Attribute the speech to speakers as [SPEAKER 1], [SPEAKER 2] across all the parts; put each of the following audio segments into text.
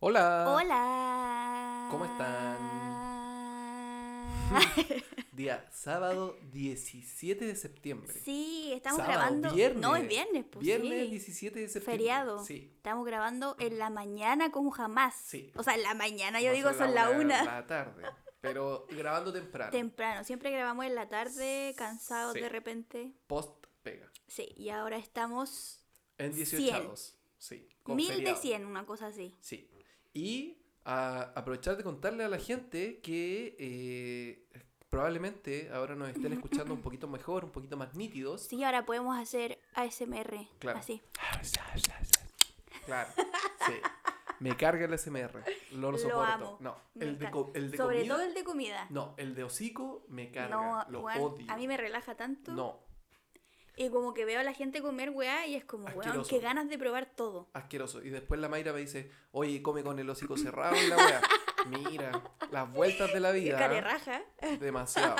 [SPEAKER 1] Hola.
[SPEAKER 2] Hola.
[SPEAKER 1] ¿Cómo Día sábado 17 de septiembre.
[SPEAKER 2] sí, estamos
[SPEAKER 1] Sábado,
[SPEAKER 2] grabando.
[SPEAKER 1] Viernes.
[SPEAKER 2] No, es viernes, pues.
[SPEAKER 1] Viernes
[SPEAKER 2] sí.
[SPEAKER 1] 17 de septiembre.
[SPEAKER 2] Feriado.
[SPEAKER 1] Sí.
[SPEAKER 2] Estamos grabando en la mañana como jamás.
[SPEAKER 1] Sí.
[SPEAKER 2] O sea, en la mañana, Ah, yo
[SPEAKER 1] Va a
[SPEAKER 2] digo
[SPEAKER 1] ser
[SPEAKER 2] son la
[SPEAKER 1] de
[SPEAKER 2] una.
[SPEAKER 1] La tarde. Pero grabando temprano.
[SPEAKER 2] Temprano. Siempre grabamos en la tarde, cansados
[SPEAKER 1] Sí.
[SPEAKER 2] de repente.
[SPEAKER 1] Post pega.
[SPEAKER 2] Sí, y ahora estamos
[SPEAKER 1] En 18
[SPEAKER 2] Cien.
[SPEAKER 1] avos. Sí. con
[SPEAKER 2] mil
[SPEAKER 1] feriado.
[SPEAKER 2] de cien, una cosa así.
[SPEAKER 1] Sí. Y ah, aprovechar de contarle a la gente que eh, probablemente ahora nos estén escuchando un poquito mejor, un poquito más nítidos.
[SPEAKER 2] Sí, ahora podemos hacer ASMR.
[SPEAKER 1] Claro.
[SPEAKER 2] Así.
[SPEAKER 1] Claro, sí. Me carga el SMR. No
[SPEAKER 2] Lo
[SPEAKER 1] lo soporto.
[SPEAKER 2] amo.
[SPEAKER 1] No,
[SPEAKER 2] Me
[SPEAKER 1] el de,
[SPEAKER 2] encanta.
[SPEAKER 1] co- el de
[SPEAKER 2] Sobre
[SPEAKER 1] comida-
[SPEAKER 2] todo el de comida.
[SPEAKER 1] No, el de hocico me
[SPEAKER 2] No,
[SPEAKER 1] carga. lo
[SPEAKER 2] weón,
[SPEAKER 1] odio.
[SPEAKER 2] a mí me relaja tanto.
[SPEAKER 1] No,
[SPEAKER 2] Y como que veo a la gente comer weá y es como, weón,
[SPEAKER 1] Asqueroso.
[SPEAKER 2] qué ganas de probar todo.
[SPEAKER 1] asqueroso. Y después la Mayra me dice, oye, come con el hocico cerrado y la wea. Mira, las vueltas de la
[SPEAKER 2] Qué
[SPEAKER 1] vida.
[SPEAKER 2] carerraja.
[SPEAKER 1] Demasiado.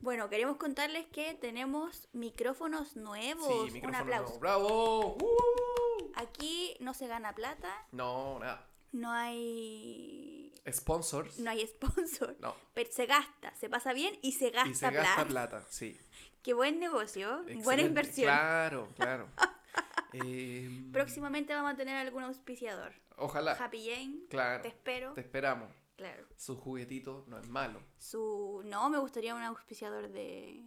[SPEAKER 2] Bueno, queremos contarles que tenemos micrófonos nuevos.
[SPEAKER 1] sí,
[SPEAKER 2] Un
[SPEAKER 1] micrófono.
[SPEAKER 2] aplauso.
[SPEAKER 1] nuevo. ¡Bravo! ¡Uh!
[SPEAKER 2] Aquí no se gana plata,
[SPEAKER 1] No, nada.
[SPEAKER 2] no hay
[SPEAKER 1] Sponsors.
[SPEAKER 2] no hay sponsor,
[SPEAKER 1] No.
[SPEAKER 2] pero se gasta, se pasa bien y se gasta,
[SPEAKER 1] Y se
[SPEAKER 2] plata.
[SPEAKER 1] gasta plata, sí.
[SPEAKER 2] Qué buen negocio, buena
[SPEAKER 1] Excelente,
[SPEAKER 2] inversión.
[SPEAKER 1] Claro, claro. Eh,
[SPEAKER 2] Próximamente vamos a tener algún auspiciador.
[SPEAKER 1] Ojalá.
[SPEAKER 2] Happy Jane,
[SPEAKER 1] Claro.
[SPEAKER 2] te espero.
[SPEAKER 1] Te esperamos.
[SPEAKER 2] Claro.
[SPEAKER 1] Su juguetito no es malo.
[SPEAKER 2] Su no, me gustaría un auspiciador de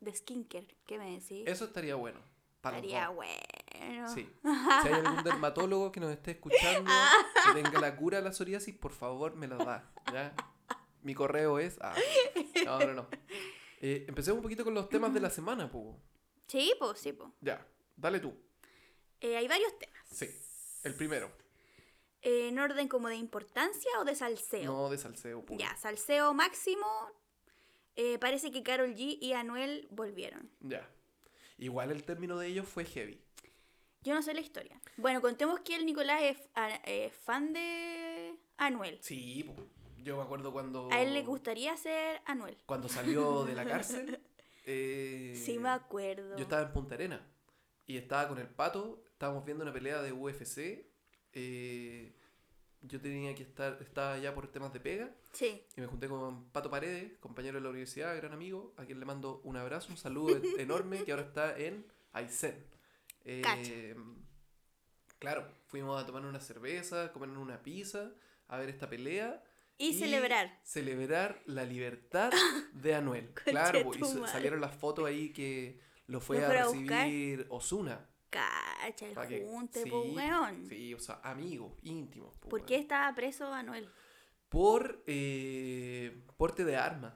[SPEAKER 2] de skincare, ¿qué me decís?
[SPEAKER 1] Eso estaría bueno. para los
[SPEAKER 2] Estaría
[SPEAKER 1] dos.
[SPEAKER 2] bueno.
[SPEAKER 1] Sí. Si hay algún dermatólogo que nos esté escuchando, que tenga la cura de la psoriasis, por favor me la da. ¿ya? Mi correo es. ah, No, no, no. Eh, empecemos un poquito con los temas de la semana, Pugo.
[SPEAKER 2] Sí, pues, sí, pues.
[SPEAKER 1] Ya, dale tú.
[SPEAKER 2] Eh, hay varios temas.
[SPEAKER 1] Sí. El primero.
[SPEAKER 2] Eh, ¿En orden como de importancia o de salseo?
[SPEAKER 1] No de salseo, Pugo.
[SPEAKER 2] Ya, salseo máximo. eh, parece que Carol G y Anuel volvieron.
[SPEAKER 1] Ya. Igual el término de ellos fue heavy.
[SPEAKER 2] Yo no sé la historia. Bueno, contemos que el Nicolás es a- eh, fan de Anuel.
[SPEAKER 1] Sí, po. yo me acuerdo cuando.
[SPEAKER 2] A él le gustaría ser Anuel.
[SPEAKER 1] Cuando salió de la cárcel. eh,
[SPEAKER 2] Sí, me acuerdo.
[SPEAKER 1] Yo estaba en Punta Arena y estaba con el pato, estábamos viendo una pelea de UFC. eh, yo tenía que estar, estaba ya por temas de pega
[SPEAKER 2] Sí.
[SPEAKER 1] y me junté con Pato Paredes, compañero de la universidad, gran amigo, a quien le mando un abrazo, un saludo en- enorme que ahora está en Aysén. Eh,
[SPEAKER 2] Cacha.
[SPEAKER 1] claro, fuimos a tomar una cerveza, comer una pizza, a ver esta pelea.
[SPEAKER 2] Y, celebrar.
[SPEAKER 1] Celebrar la libertad de Anuel.
[SPEAKER 2] Conche
[SPEAKER 1] claro, po, y
[SPEAKER 2] tu
[SPEAKER 1] sa-
[SPEAKER 2] madre.
[SPEAKER 1] salieron las fotos ahí que lo fue
[SPEAKER 2] ¿Lo
[SPEAKER 1] a
[SPEAKER 2] fueron a buscar?
[SPEAKER 1] recibir Osuna.
[SPEAKER 2] Cacha, el
[SPEAKER 1] Pa' que-
[SPEAKER 2] junte,
[SPEAKER 1] sí,
[SPEAKER 2] po, weón.
[SPEAKER 1] Sí, o sea, amigos, íntimos. po,
[SPEAKER 2] ¿Por
[SPEAKER 1] weón.
[SPEAKER 2] qué estaba preso Anuel?
[SPEAKER 1] Por eh, porte de armas.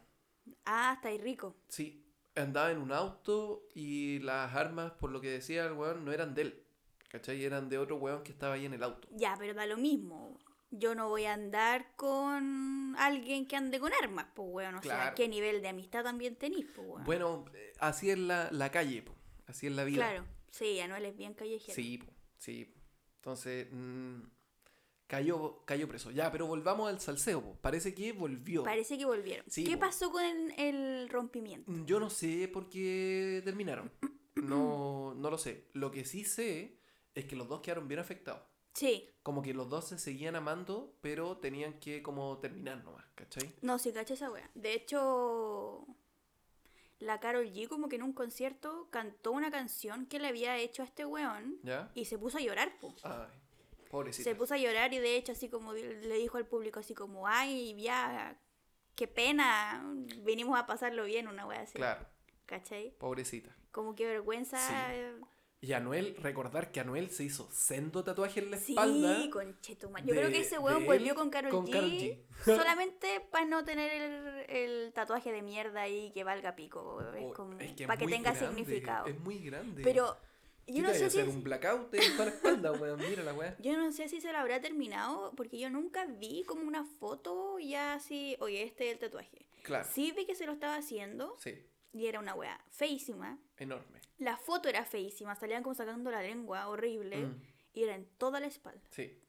[SPEAKER 2] Ah, está ahí rico.
[SPEAKER 1] Sí, andaba en un auto y las armas, por lo que decía el weón, no eran de él. ¿Cachai? Eran de otro weón que estaba ahí en el auto.
[SPEAKER 2] Ya, pero da lo mismo. Yo no voy a andar con alguien que ande con armas, pues, weón. O sea,
[SPEAKER 1] Claro.
[SPEAKER 2] ¿qué nivel de amistad también tenéis, pues, weón?
[SPEAKER 1] Bueno, eh, así es la, la calle, po, así es la vida.
[SPEAKER 2] claro, sí, Anuel es bien callejero.
[SPEAKER 1] Sí, po, sí. po. Entonces, mm, cayó, cayó preso. Ya, pero volvamos al salseo. po. Parece que volvió.
[SPEAKER 2] Parece que volvieron.
[SPEAKER 1] Sí,
[SPEAKER 2] ¿Qué
[SPEAKER 1] po.
[SPEAKER 2] pasó con el, el rompimiento?
[SPEAKER 1] Mm, Yo no sé por qué terminaron. No, no lo sé. Lo que sí sé es que los dos quedaron bien afectados.
[SPEAKER 2] Sí,
[SPEAKER 1] Como que los dos se seguían amando, pero tenían que como terminar nomás, ¿cachai?
[SPEAKER 2] no, sí, caché esa weá. De hecho, la Carol G, como que en un concierto, cantó una canción que le había hecho a este weón
[SPEAKER 1] ¿Ya?
[SPEAKER 2] y se puso a llorar, pues.
[SPEAKER 1] Ay, pobrecita.
[SPEAKER 2] Se puso a llorar y de hecho así como di- le dijo al público así como, ay, ya, qué pena, vinimos a pasarlo bien una wea así.
[SPEAKER 1] Claro,
[SPEAKER 2] ¿Cachai?
[SPEAKER 1] pobrecita.
[SPEAKER 2] Como qué vergüenza.
[SPEAKER 1] Sí.
[SPEAKER 2] eh,
[SPEAKER 1] Y Anuel, recordar que Anuel se hizo sendo tatuaje en la
[SPEAKER 2] Sí,
[SPEAKER 1] espalda.
[SPEAKER 2] conchetumar. Yo
[SPEAKER 1] de-
[SPEAKER 2] creo que ese
[SPEAKER 1] de
[SPEAKER 2] weón
[SPEAKER 1] él
[SPEAKER 2] volvió con Karol
[SPEAKER 1] con
[SPEAKER 2] G,
[SPEAKER 1] Karol G.
[SPEAKER 2] solamente para no tener el, el tatuaje de mierda ahí que valga pico.
[SPEAKER 1] Oh, es que es
[SPEAKER 2] para que
[SPEAKER 1] muy
[SPEAKER 2] tenga
[SPEAKER 1] grande,
[SPEAKER 2] significado.
[SPEAKER 1] Es muy grande.
[SPEAKER 2] Pero yo no
[SPEAKER 1] Quita de
[SPEAKER 2] sé si
[SPEAKER 1] hacer un blackout en toda la espalda, weón. Mira la weá.
[SPEAKER 2] Yo no sé si se lo habrá terminado, porque yo nunca vi como una foto ya así, oye, este es el tatuaje.
[SPEAKER 1] Claro.
[SPEAKER 2] Sí vi que se lo estaba haciendo
[SPEAKER 1] Sí,
[SPEAKER 2] y era una weá feísima.
[SPEAKER 1] enorme.
[SPEAKER 2] La foto era feísima, salían como sacando la lengua, horrible,
[SPEAKER 1] Mm,
[SPEAKER 2] y era en toda la espalda.
[SPEAKER 1] sí.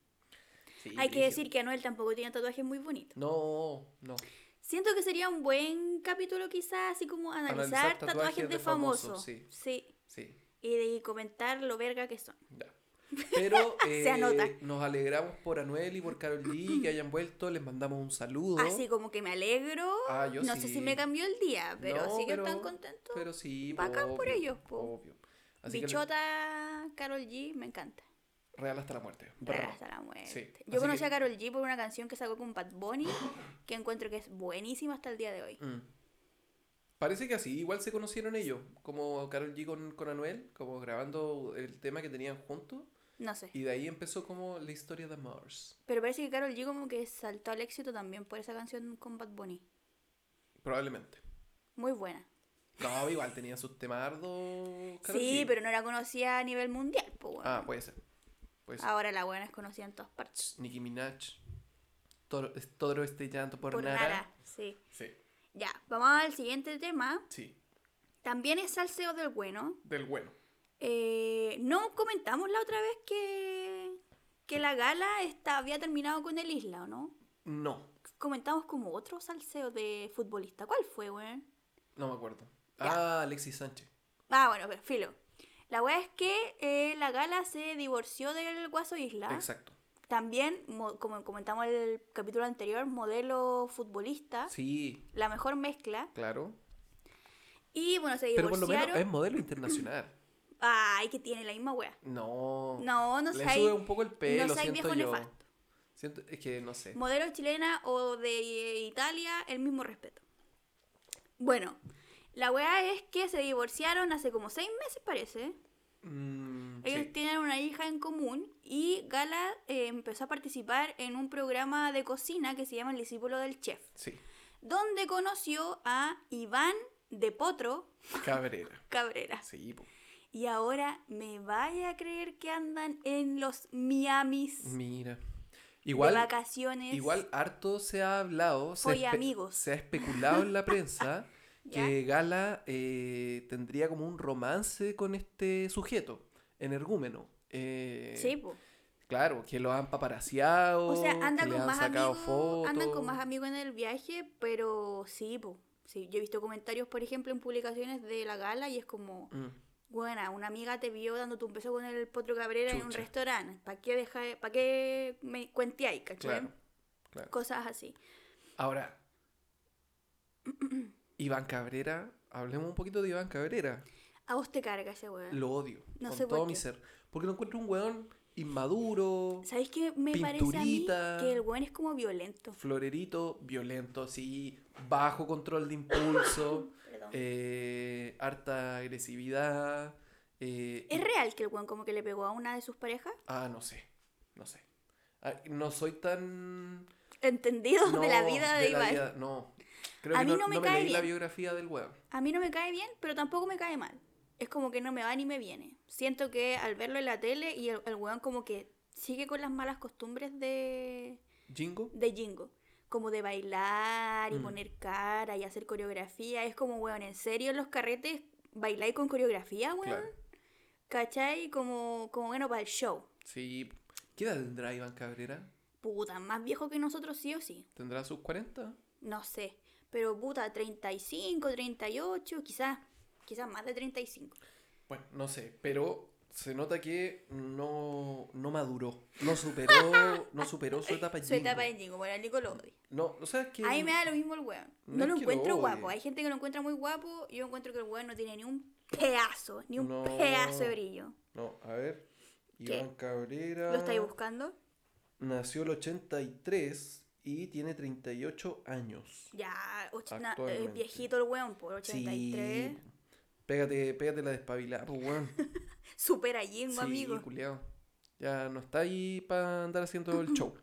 [SPEAKER 1] Sí,
[SPEAKER 2] Hay que
[SPEAKER 1] brígido.
[SPEAKER 2] decir que Anuel tampoco tiene tatuajes muy bonitos.
[SPEAKER 1] No, no.
[SPEAKER 2] Siento que sería un buen capítulo quizás, así como analizar, tatuajes, de, famosos.
[SPEAKER 1] sí. Sí,
[SPEAKER 2] Y de comentar lo verga que son.
[SPEAKER 1] ya. Pero
[SPEAKER 2] Se
[SPEAKER 1] eh,
[SPEAKER 2] anota.
[SPEAKER 1] nos alegramos por Anuel y por Carol G que hayan vuelto. Les mandamos un saludo.
[SPEAKER 2] Así como que me alegro.
[SPEAKER 1] Ah, yo
[SPEAKER 2] Ah, no sé
[SPEAKER 1] sí.
[SPEAKER 2] si me cambió el día, pero
[SPEAKER 1] No,
[SPEAKER 2] sí que
[SPEAKER 1] pero-
[SPEAKER 2] están contentos.
[SPEAKER 1] Pero sí,
[SPEAKER 2] Bacán por
[SPEAKER 1] obvio,
[SPEAKER 2] ellos, po.
[SPEAKER 1] obvio. Así que le-
[SPEAKER 2] Bichota, Carol G, me encanta.
[SPEAKER 1] real hasta la muerte.
[SPEAKER 2] Real
[SPEAKER 1] Bravo.
[SPEAKER 2] hasta la muerte.
[SPEAKER 1] Sí, así
[SPEAKER 2] Yo conocí
[SPEAKER 1] que-
[SPEAKER 2] a Carol G por una canción que sacó con Bad Bunny, que encuentro que es buenísima hasta el día de hoy.
[SPEAKER 1] Mm. Parece que así, igual se conocieron ellos, como Carol G con, con Anuel, como grabando el tema que tenían juntos,
[SPEAKER 2] No sé.
[SPEAKER 1] y de ahí empezó como la historia de Mars.
[SPEAKER 2] Pero parece que Carol G como que saltó al éxito también por esa canción con Bad Bunny.
[SPEAKER 1] Probablemente.
[SPEAKER 2] Muy buena.
[SPEAKER 1] No, igual tenía sus temardos. Karol
[SPEAKER 2] sí,
[SPEAKER 1] G.
[SPEAKER 2] pero no la conocía a nivel mundial, pues bueno.
[SPEAKER 1] Ah, pues puede ser. Puede ser.
[SPEAKER 2] Ahora la buena es conocida en todas partes.
[SPEAKER 1] Nicki Minaj. Todo, es- todo este llanto por,
[SPEAKER 2] Por,
[SPEAKER 1] nada.
[SPEAKER 2] nada. sí.
[SPEAKER 1] Sí,
[SPEAKER 2] Ya, vamos al siguiente tema.
[SPEAKER 1] sí.
[SPEAKER 2] También es salseo del bueno.
[SPEAKER 1] Del bueno.
[SPEAKER 2] Eh, no comentamos la otra vez que, que la gala está, había terminado con el Isla, ¿o no?
[SPEAKER 1] No,
[SPEAKER 2] Comentamos como otro salseo de futbolista. ¿Cuál fue, weón?
[SPEAKER 1] no me acuerdo. Ah, Alexis Sánchez.
[SPEAKER 2] Ah, bueno, pero filo. La weá es que eh, la gala se divorció del Guaso Isla.
[SPEAKER 1] Exacto.
[SPEAKER 2] También, mo- como comentamos en el capítulo anterior, modelo futbolista.
[SPEAKER 1] Sí,
[SPEAKER 2] La mejor mezcla.
[SPEAKER 1] claro.
[SPEAKER 2] Y bueno, se
[SPEAKER 1] Pero por lo
[SPEAKER 2] divorciaron.
[SPEAKER 1] menos es modelo internacional.
[SPEAKER 2] Ay, que tiene la misma wea.
[SPEAKER 1] No.
[SPEAKER 2] No, no
[SPEAKER 1] Oh, Le
[SPEAKER 2] sé.
[SPEAKER 1] sube un poco el pelo,
[SPEAKER 2] no sé,
[SPEAKER 1] siento
[SPEAKER 2] viejo
[SPEAKER 1] yo.
[SPEAKER 2] nefasto.
[SPEAKER 1] Siento- es que no sé.
[SPEAKER 2] Modelo chilena o de eh, Italia, el mismo respeto. Bueno, la wea es que se divorciaron hace como seis meses, parece.
[SPEAKER 1] Mm,
[SPEAKER 2] Ellos
[SPEAKER 1] sí.
[SPEAKER 2] tienen una hija en común y Gala eh, empezó a participar en un programa de cocina que se llama El discípulo del chef,
[SPEAKER 1] sí.
[SPEAKER 2] donde conoció a Iván de Potro
[SPEAKER 1] Cabrera.
[SPEAKER 2] Cabrera.
[SPEAKER 1] Sí, po.
[SPEAKER 2] Y ahora me vaya a creer que andan en los Miamis
[SPEAKER 1] Mira.
[SPEAKER 2] de
[SPEAKER 1] Igual,
[SPEAKER 2] vacaciones.
[SPEAKER 1] igual harto se ha hablado, se, ha espe-
[SPEAKER 2] Follamigos.
[SPEAKER 1] se ha especulado en la prensa
[SPEAKER 2] ¿Ya?
[SPEAKER 1] que Gala eh, tendría como un romance con este sujeto, energúmeno. Eh,
[SPEAKER 2] Sí, po.
[SPEAKER 1] Claro, que lo han paparaseado,
[SPEAKER 2] O sea,
[SPEAKER 1] que
[SPEAKER 2] andan
[SPEAKER 1] le
[SPEAKER 2] con,
[SPEAKER 1] han
[SPEAKER 2] más
[SPEAKER 1] sacado
[SPEAKER 2] amigos,
[SPEAKER 1] fotos.
[SPEAKER 2] andan con más amigos en el viaje, pero sí, po. Sí, yo he visto comentarios, por ejemplo, en publicaciones de la gala y es como,
[SPEAKER 1] Mm,
[SPEAKER 2] Buena, una amiga te vio dándote un beso con el potro cabrera en un
[SPEAKER 1] Chucha.
[SPEAKER 2] restaurante. ¿Para qué deja, para qué me cuenteáis, cachai?
[SPEAKER 1] claro, claro.
[SPEAKER 2] Cosas así.
[SPEAKER 1] Ahora, Iván Cabrera, hablemos un poquito de Iván Cabrera.
[SPEAKER 2] A vos te carga ese weón.
[SPEAKER 1] Lo odio
[SPEAKER 2] Ah, No
[SPEAKER 1] con
[SPEAKER 2] sé por
[SPEAKER 1] todo mi
[SPEAKER 2] qué.
[SPEAKER 1] ser. Porque lo encuentro un weón inmaduro,
[SPEAKER 2] ¿Sabéis qué me parece a mí?
[SPEAKER 1] Pinturita.
[SPEAKER 2] Que el weón es como violento.
[SPEAKER 1] florerito, violento, así, bajo control de impulso,
[SPEAKER 2] Perdón.
[SPEAKER 1] eh, harta agresividad. eh,
[SPEAKER 2] ¿Es
[SPEAKER 1] y-
[SPEAKER 2] real que el weón como que le pegó a una de sus parejas?
[SPEAKER 1] Ah, no sé, no sé. Ah, No soy tan...
[SPEAKER 2] Entendido
[SPEAKER 1] no,
[SPEAKER 2] de la vida
[SPEAKER 1] la
[SPEAKER 2] de, Iván.
[SPEAKER 1] vida- no, creo
[SPEAKER 2] A
[SPEAKER 1] que
[SPEAKER 2] mí
[SPEAKER 1] no,
[SPEAKER 2] no me
[SPEAKER 1] no me
[SPEAKER 2] cae
[SPEAKER 1] leí la
[SPEAKER 2] bien.
[SPEAKER 1] biografía del weón.
[SPEAKER 2] A mí no me cae bien, pero tampoco me cae mal. Es como que no me va ni me viene. Siento que al verlo en la tele y el, el weón como que sigue con las malas costumbres de...
[SPEAKER 1] ¿Jingo?
[SPEAKER 2] de Jingo. Como de bailar y
[SPEAKER 1] Mm.
[SPEAKER 2] poner cara y hacer coreografía. Es como, weón, en serio, en los carretes bailáis con coreografía, weón.
[SPEAKER 1] Claro.
[SPEAKER 2] ¿Cachai? Como, como bueno, para el show.
[SPEAKER 1] Sí. ¿Qué edad tendrá Iván Cabrera?
[SPEAKER 2] Puta, más viejo que nosotros sí o sí.
[SPEAKER 1] ¿Tendrá sus 40?
[SPEAKER 2] No sé. Pero puta, 35, 38, quizás. Quizás más de 35.
[SPEAKER 1] Bueno, no sé, pero se nota que no, no maduró, no superó, no superó su etapa
[SPEAKER 2] Su etapa de
[SPEAKER 1] Jingo.
[SPEAKER 2] Jingo, bueno, el Nico lo odia.
[SPEAKER 1] No, o sea, es que...
[SPEAKER 2] A mí me da lo mismo el weón.
[SPEAKER 1] No
[SPEAKER 2] No,
[SPEAKER 1] es
[SPEAKER 2] lo
[SPEAKER 1] que lo
[SPEAKER 2] encuentro
[SPEAKER 1] odie.
[SPEAKER 2] guapo. Hay gente que lo encuentra muy guapo. Yo encuentro que el weón no tiene ni un pedazo, ni un
[SPEAKER 1] No.
[SPEAKER 2] pedazo de brillo.
[SPEAKER 1] No, a ver,
[SPEAKER 2] ¿Qué?
[SPEAKER 1] Iván Cabrera
[SPEAKER 2] ¿Lo
[SPEAKER 1] Ah.
[SPEAKER 2] estáis buscando?
[SPEAKER 1] nació el 83 y tiene 38 años.
[SPEAKER 2] Ya, och- na- eh,
[SPEAKER 1] Actualmente.
[SPEAKER 2] viejito el weón, por 83.
[SPEAKER 1] Sí. Pégate, pégate la despabilada, pues, weón.
[SPEAKER 2] Supera Jingo,
[SPEAKER 1] Sí,
[SPEAKER 2] amigo.
[SPEAKER 1] culiao. Ya no está ahí para andar haciendo el show,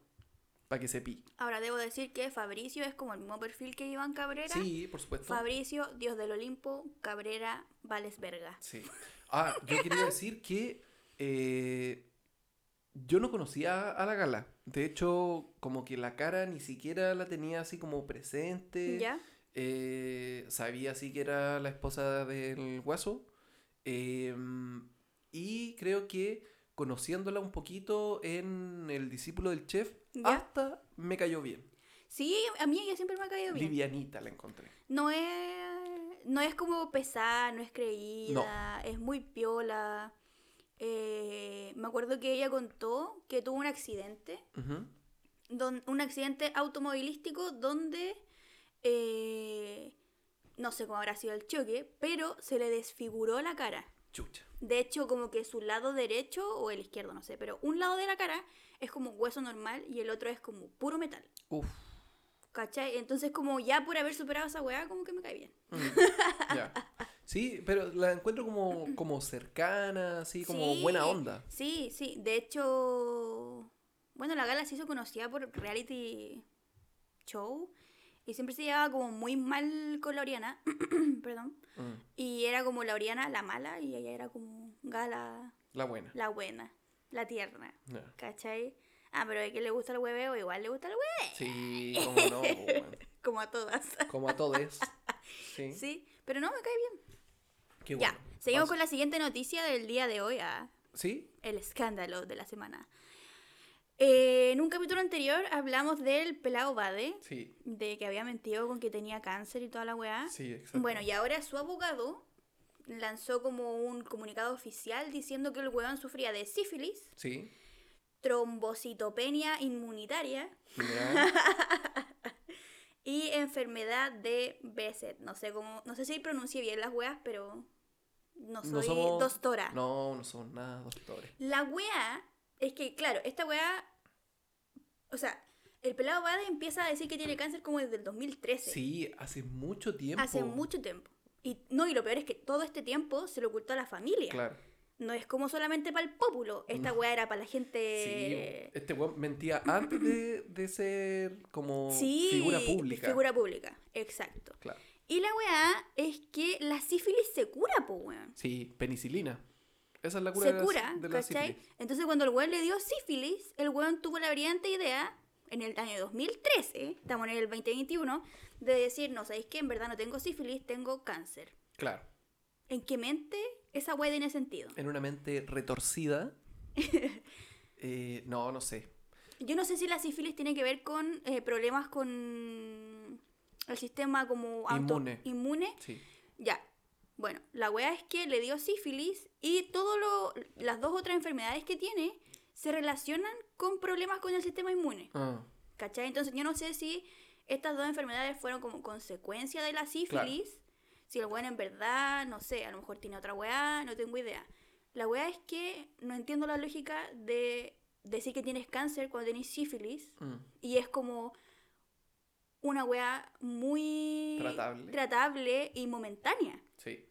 [SPEAKER 1] para que se pi.
[SPEAKER 2] Ahora debo decir que Fabricio es como el mismo perfil que Iván Cabrera.
[SPEAKER 1] Sí, por supuesto.
[SPEAKER 2] Fabricio, Dios del Olimpo, Cabrera, Valesverga.
[SPEAKER 1] Sí. Ah, yo quería decir que eh, yo no conocía a la gala. De hecho, como que la cara ni siquiera la tenía así como presente.
[SPEAKER 2] ¿Ya?
[SPEAKER 1] Eh, sabía así que era la esposa del guaso. Eh, y creo que conociéndola un poquito en El discípulo del chef,
[SPEAKER 2] ¿Ya?
[SPEAKER 1] hasta me cayó bien.
[SPEAKER 2] Sí, a mí ella siempre me ha caído bien.
[SPEAKER 1] Livianita la encontré.
[SPEAKER 2] No es, no es como pesada, no es creída, es muy piola. eh, me acuerdo que ella contó que tuvo un accidente,
[SPEAKER 1] Ujú.
[SPEAKER 2] don- un accidente automovilístico donde, eh, no sé cómo habrá sido el choque, pero se le desfiguró la cara.
[SPEAKER 1] Chucha.
[SPEAKER 2] De hecho, como que su lado derecho o el izquierdo, no sé, pero un lado de la cara es como hueso normal y el otro es como puro metal.
[SPEAKER 1] Uf.
[SPEAKER 2] ¿Cachai? Entonces, como ya por haber superado esa weá, como que me cae bien.
[SPEAKER 1] Mm. Ya. Sí, pero la encuentro como, como cercana, así como
[SPEAKER 2] Sí.
[SPEAKER 1] buena onda.
[SPEAKER 2] Sí, sí. De hecho, bueno, la gala se hizo conocida por reality show y siempre se llevaba como muy mal con la Oriana. Perdón.
[SPEAKER 1] Mm.
[SPEAKER 2] Y era como la Oriana la mala y ella era como gala
[SPEAKER 1] La buena.
[SPEAKER 2] la buena, la tierna.
[SPEAKER 1] Ya.
[SPEAKER 2] ¿Cachai? Ah, pero de que le gusta el hueveo, igual le gusta el hueveo.
[SPEAKER 1] Sí, como no, po, weón.
[SPEAKER 2] Como a todas.
[SPEAKER 1] como a todos. Sí.
[SPEAKER 2] Sí, pero no, me cae bien.
[SPEAKER 1] Qué
[SPEAKER 2] Ya,
[SPEAKER 1] bueno.
[SPEAKER 2] seguimos
[SPEAKER 1] Pas-
[SPEAKER 2] con la siguiente noticia del día de hoy. ah,
[SPEAKER 1] Sí,
[SPEAKER 2] el escándalo de la semana. Eh, en un capítulo anterior hablamos del pelado Bade,
[SPEAKER 1] sí,
[SPEAKER 2] de que había mentido con que tenía cáncer y toda la weá.
[SPEAKER 1] sí, exacto.
[SPEAKER 2] bueno, y ahora su abogado lanzó como un comunicado oficial diciendo que el weón sufría de sífilis,
[SPEAKER 1] Sí.
[SPEAKER 2] trombocitopenia inmunitaria
[SPEAKER 1] ya.
[SPEAKER 2] y enfermedad de Besset. No sé cómo, no sé si pronuncié bien las weas, pero no soy
[SPEAKER 1] No somos-
[SPEAKER 2] doctora.
[SPEAKER 1] No, no somos nada doctores.
[SPEAKER 2] La wea es que, claro, esta wea. O sea, el pelado Bade empieza a decir que tiene cáncer como desde el 2013.
[SPEAKER 1] Sí, hace mucho tiempo.
[SPEAKER 2] Hace mucho tiempo. Y no, y lo peor es que todo este tiempo se lo ocultó a la familia.
[SPEAKER 1] Claro.
[SPEAKER 2] No es como solamente para el pueblo. Esta
[SPEAKER 1] No.
[SPEAKER 2] wea era para la
[SPEAKER 1] Sí,
[SPEAKER 2] gente.
[SPEAKER 1] este weón mentía antes de, de ser como
[SPEAKER 2] Sí,
[SPEAKER 1] figura pública.
[SPEAKER 2] Figura pública, exacto.
[SPEAKER 1] Claro.
[SPEAKER 2] Y la weá es que la sífilis se cura, po weón.
[SPEAKER 1] Sí, penicilina. Esa es la cura de
[SPEAKER 2] se
[SPEAKER 1] la-
[SPEAKER 2] cura,
[SPEAKER 1] de la
[SPEAKER 2] ¿cachai?
[SPEAKER 1] sífilis.
[SPEAKER 2] Entonces cuando el weón le dio sífilis, el weón tuvo la brillante idea, en el año 2013, estamos en el 2021, de decir, no, ¿sabéis qué? En verdad no tengo sífilis, tengo cáncer.
[SPEAKER 1] Claro.
[SPEAKER 2] ¿En qué mente esa weá tiene sentido?
[SPEAKER 1] En una mente retorcida. eh, no, no sé.
[SPEAKER 2] Yo no sé si la sífilis tiene que ver con eh, problemas con el sistema como auto-
[SPEAKER 1] Inmune.
[SPEAKER 2] inmune.
[SPEAKER 1] Sí.
[SPEAKER 2] Ya. Bueno, la weá es que le dio sífilis y todas las dos otras enfermedades que tiene se relacionan con problemas con el sistema inmune.
[SPEAKER 1] Ah,
[SPEAKER 2] ¿Cachai? Entonces yo no sé si estas dos enfermedades fueron como consecuencia de la sífilis. Si el weón en verdad, no sé, a lo mejor tiene otra weá, no tengo idea. La weá es que no entiendo la lógica de decir que tienes cáncer cuando tenés sífilis.
[SPEAKER 1] mm.
[SPEAKER 2] Y es como una weá muy
[SPEAKER 1] Tratable.
[SPEAKER 2] tratable y momentánea.
[SPEAKER 1] Sí.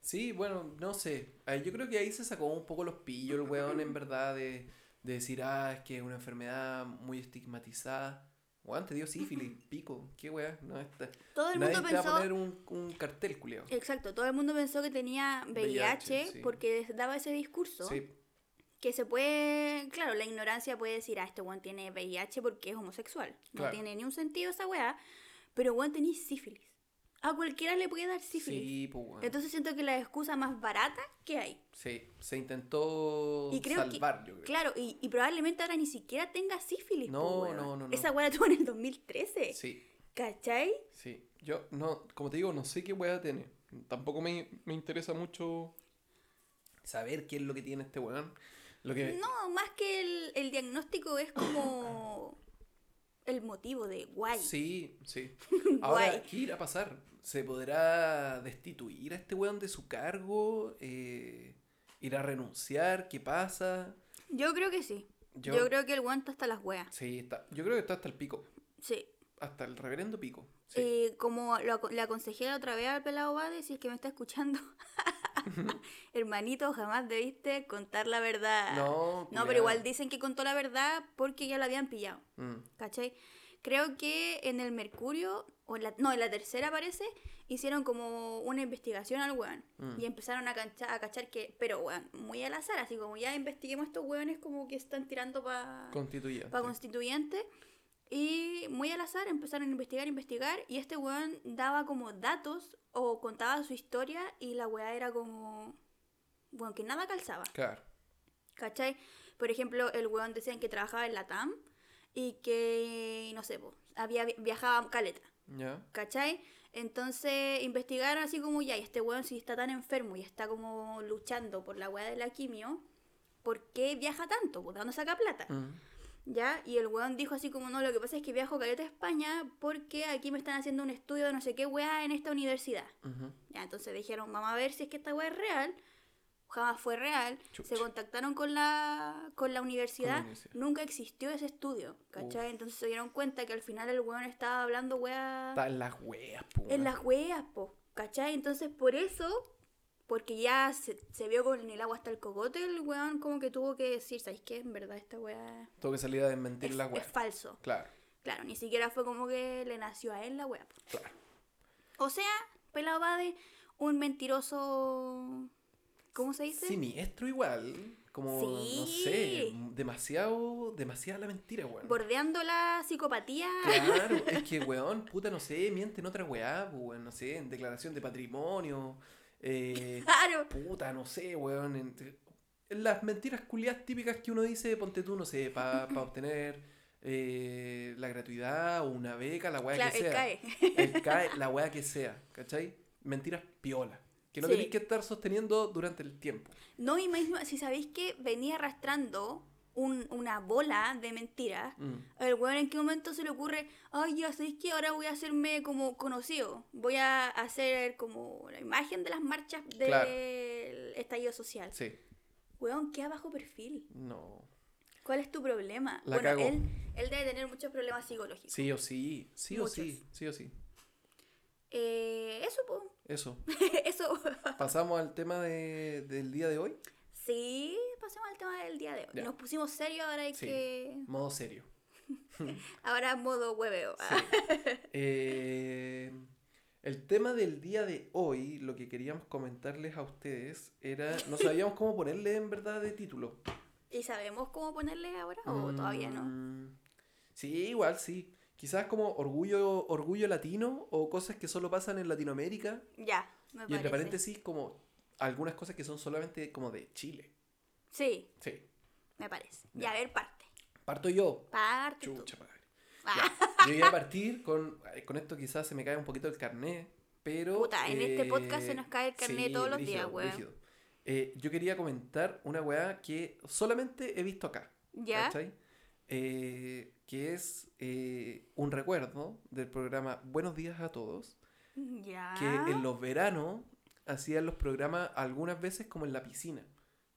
[SPEAKER 1] Sí, bueno, no sé. Ay, Yo creo que ahí se sacó un poco los pillos el weón, en verdad, de, de decir, ah, es que es una enfermedad muy estigmatizada. Weón, te dio sífilis, pico, qué weón. No, está...
[SPEAKER 2] Todo el
[SPEAKER 1] Nadie
[SPEAKER 2] mundo
[SPEAKER 1] te va a
[SPEAKER 2] pensó...
[SPEAKER 1] poner un, un cartel, culiao.
[SPEAKER 2] Exacto, todo el mundo pensó que tenía VIH,
[SPEAKER 1] VIH, sí.
[SPEAKER 2] porque daba ese discurso.
[SPEAKER 1] Sí,
[SPEAKER 2] Que se puede, claro, la ignorancia puede decir, ah, este weón tiene VIH porque es homosexual. No
[SPEAKER 1] Claro.
[SPEAKER 2] tiene ni un sentido esa weá, pero weón tenés sífilis. A cualquiera le puede dar sífilis.
[SPEAKER 1] sí, pues weón.
[SPEAKER 2] Entonces siento que la excusa más barata que hay.
[SPEAKER 1] Sí, se intentó
[SPEAKER 2] Y creo que-
[SPEAKER 1] salvar, yo creo.
[SPEAKER 2] Claro, y, y probablemente ahora ni siquiera tenga sífilis.
[SPEAKER 1] No,
[SPEAKER 2] po, weón.
[SPEAKER 1] no, no, no.
[SPEAKER 2] Esa weá la tuvo en el 2013.
[SPEAKER 1] Sí,
[SPEAKER 2] ¿Cachai?
[SPEAKER 1] sí. Yo, no, como te digo, no sé qué weá tiene. Tampoco me, me interesa mucho saber qué es lo que tiene este weón. Lo que...
[SPEAKER 2] No, más que el, el diagnóstico es como el motivo de guay.
[SPEAKER 1] Sí, sí.
[SPEAKER 2] Guay.
[SPEAKER 1] Ahora, ¿qué irá a pasar? ¿Se podrá destituir a este weón de su cargo? Eh, ¿Irá a renunciar? ¿Qué pasa?
[SPEAKER 2] Yo creo que sí. Yo,
[SPEAKER 1] Yo-
[SPEAKER 2] creo que el guante hasta las weas.
[SPEAKER 1] Sí, está. Yo creo que está hasta el pico.
[SPEAKER 2] Sí.
[SPEAKER 1] Hasta el reverendo pico. Sí.
[SPEAKER 2] Eh, como lo aco- le aconsejé la otra vez al pelado Bade, si es que me está escuchando, hermanito, jamás debiste contar la verdad.
[SPEAKER 1] no,
[SPEAKER 2] No,
[SPEAKER 1] culiao.
[SPEAKER 2] pero igual dicen que contó la verdad porque ya la habían pillado,
[SPEAKER 1] Mm,
[SPEAKER 2] ¿cachai? Creo que en el Mercurio, o en la, no, en la tercera parece, hicieron como una investigación al weón.
[SPEAKER 1] Mm.
[SPEAKER 2] Y empezaron a, cancha- a cachar que, pero weón, muy al azar, así como ya investiguemos estos weones como que están tirando para
[SPEAKER 1] Constituyente.
[SPEAKER 2] para constituyente. Y muy al azar empezaron a investigar, investigar. Y este weón daba como datos o contaba su historia. Y la weá era como. Bueno, que nada calzaba.
[SPEAKER 1] Claro.
[SPEAKER 2] ¿Cachai? Por ejemplo, el weón decían que trabajaba en la TAM. Y que, no sé, po, había vi- viajaba a caleta.
[SPEAKER 1] Ya.
[SPEAKER 2] ¿Cachai? Entonces investigaron así como ya, y este weón si está tan enfermo y está como luchando por la weá de la quimio, ¿por qué viaja tanto? ¿Por dónde saca plata?
[SPEAKER 1] Mm.
[SPEAKER 2] ¿Ya? Y el weón dijo así como, no, lo que pasa es que viajo caleta a España porque aquí me están haciendo un estudio de no sé qué weá en esta universidad.
[SPEAKER 1] Ujú.
[SPEAKER 2] Ya, entonces dijeron, vamos a ver si es que esta weá es real. Jamás fue real.
[SPEAKER 1] Chucha.
[SPEAKER 2] Se contactaron con la, con la universidad.
[SPEAKER 1] universidad.
[SPEAKER 2] Nunca existió ese estudio, ¿cachai? Entonces se dieron cuenta que al final el weón estaba hablando weá
[SPEAKER 1] Está en las weas, pues, po.
[SPEAKER 2] en
[SPEAKER 1] weón.
[SPEAKER 2] las weas, po, ¿cachai? Entonces por eso, porque ya se, se vio con el agua hasta el cogote, el weón como que tuvo que decir, ¿sabes qué? En verdad esta wea
[SPEAKER 1] Tengo que salir a desmentir
[SPEAKER 2] es,
[SPEAKER 1] las
[SPEAKER 2] es
[SPEAKER 1] weas.
[SPEAKER 2] falso.
[SPEAKER 1] Claro,
[SPEAKER 2] Claro, ni siquiera fue como que le nació a él la wea. po.
[SPEAKER 1] claro.
[SPEAKER 2] O sea, pelado va de un mentiroso... ¿Cómo se dice?
[SPEAKER 1] Siniestro igual. Como, no sé,
[SPEAKER 2] Sí.
[SPEAKER 1] demasiado, demasiada la mentira, weón.
[SPEAKER 2] Bordeando la psicopatía.
[SPEAKER 1] Claro, es que, weón, puta, no sé, mienten otra weá, po, weón, no sé, en declaración de patrimonio, eh,
[SPEAKER 2] Claro.
[SPEAKER 1] puta, no sé, weón, en- en las mentiras culiadas típicas que uno dice, ponte tú, no sé, para obtener eh, la gratuidad o una beca, la weá
[SPEAKER 2] Claro,
[SPEAKER 1] que
[SPEAKER 2] él
[SPEAKER 1] sea.
[SPEAKER 2] cae.
[SPEAKER 1] El CAE, la weá que sea, ¿cachai? Mentiras piola. Que no
[SPEAKER 2] Sí.
[SPEAKER 1] tenéis que estar sosteniendo durante el tiempo.
[SPEAKER 2] No, y mismo, si sabéis que venía arrastrando un- una bola de mentiras,
[SPEAKER 1] Mm.
[SPEAKER 2] El weón en qué momento se le ocurre, ay, ya sabéis que ahora voy a hacerme como conocido, voy a hacer como la imagen de las marchas del
[SPEAKER 1] Claro.
[SPEAKER 2] estallido social.
[SPEAKER 1] Sí,
[SPEAKER 2] Weón, queda bajo perfil.
[SPEAKER 1] no.
[SPEAKER 2] ¿Cuál es tu problema?
[SPEAKER 1] La
[SPEAKER 2] bueno,
[SPEAKER 1] cagó.
[SPEAKER 2] él, él debe tener muchos problemas psicológicos.
[SPEAKER 1] Sí o sí, sí o sí, sí o sí.
[SPEAKER 2] Eh, eso, po.
[SPEAKER 1] Eso.
[SPEAKER 2] eso.
[SPEAKER 1] Pasamos al tema de- del día de hoy.
[SPEAKER 2] sí, pasemos al tema del día de hoy.
[SPEAKER 1] Ya.
[SPEAKER 2] Nos pusimos serios, ahora hay
[SPEAKER 1] Sí.
[SPEAKER 2] que.
[SPEAKER 1] Modo serio.
[SPEAKER 2] Ahora modo hueveo. Ah,
[SPEAKER 1] Sí. Eh, el tema del día de hoy, lo que queríamos comentarles a ustedes era. No sabíamos cómo ponerle en verdad de título.
[SPEAKER 2] ¿Y sabemos cómo ponerle ahora o todavía no?
[SPEAKER 1] Mm, Sí, igual sí. Quizás como orgullo, orgullo latino o cosas que solo pasan en Latinoamérica.
[SPEAKER 2] Ya, me
[SPEAKER 1] Y entre
[SPEAKER 2] parece.
[SPEAKER 1] paréntesis, como algunas cosas que son solamente como de Chile.
[SPEAKER 2] Sí,
[SPEAKER 1] Sí.
[SPEAKER 2] me parece. Y
[SPEAKER 1] Ya.
[SPEAKER 2] a ver, parte.
[SPEAKER 1] Parto yo.
[SPEAKER 2] Parte tú.
[SPEAKER 1] Chucha madre.
[SPEAKER 2] Ah,
[SPEAKER 1] Ya, Yo voy a partir con. ay, Con esto quizás se me cae un poquito el carné. Pero. eh,
[SPEAKER 2] Puta, en este podcast se nos cae el carné
[SPEAKER 1] sí,
[SPEAKER 2] todos los
[SPEAKER 1] brígido,
[SPEAKER 2] días, weón.
[SPEAKER 1] brígido. Eh, yo quería comentar una weá que solamente he visto acá.
[SPEAKER 2] ¿Ya?
[SPEAKER 1] ¿cachai? Eh, que es eh, un recuerdo del programa Buenos Días a Todos,
[SPEAKER 2] Ya.
[SPEAKER 1] que en los veranos hacían los programas algunas veces como en la piscina,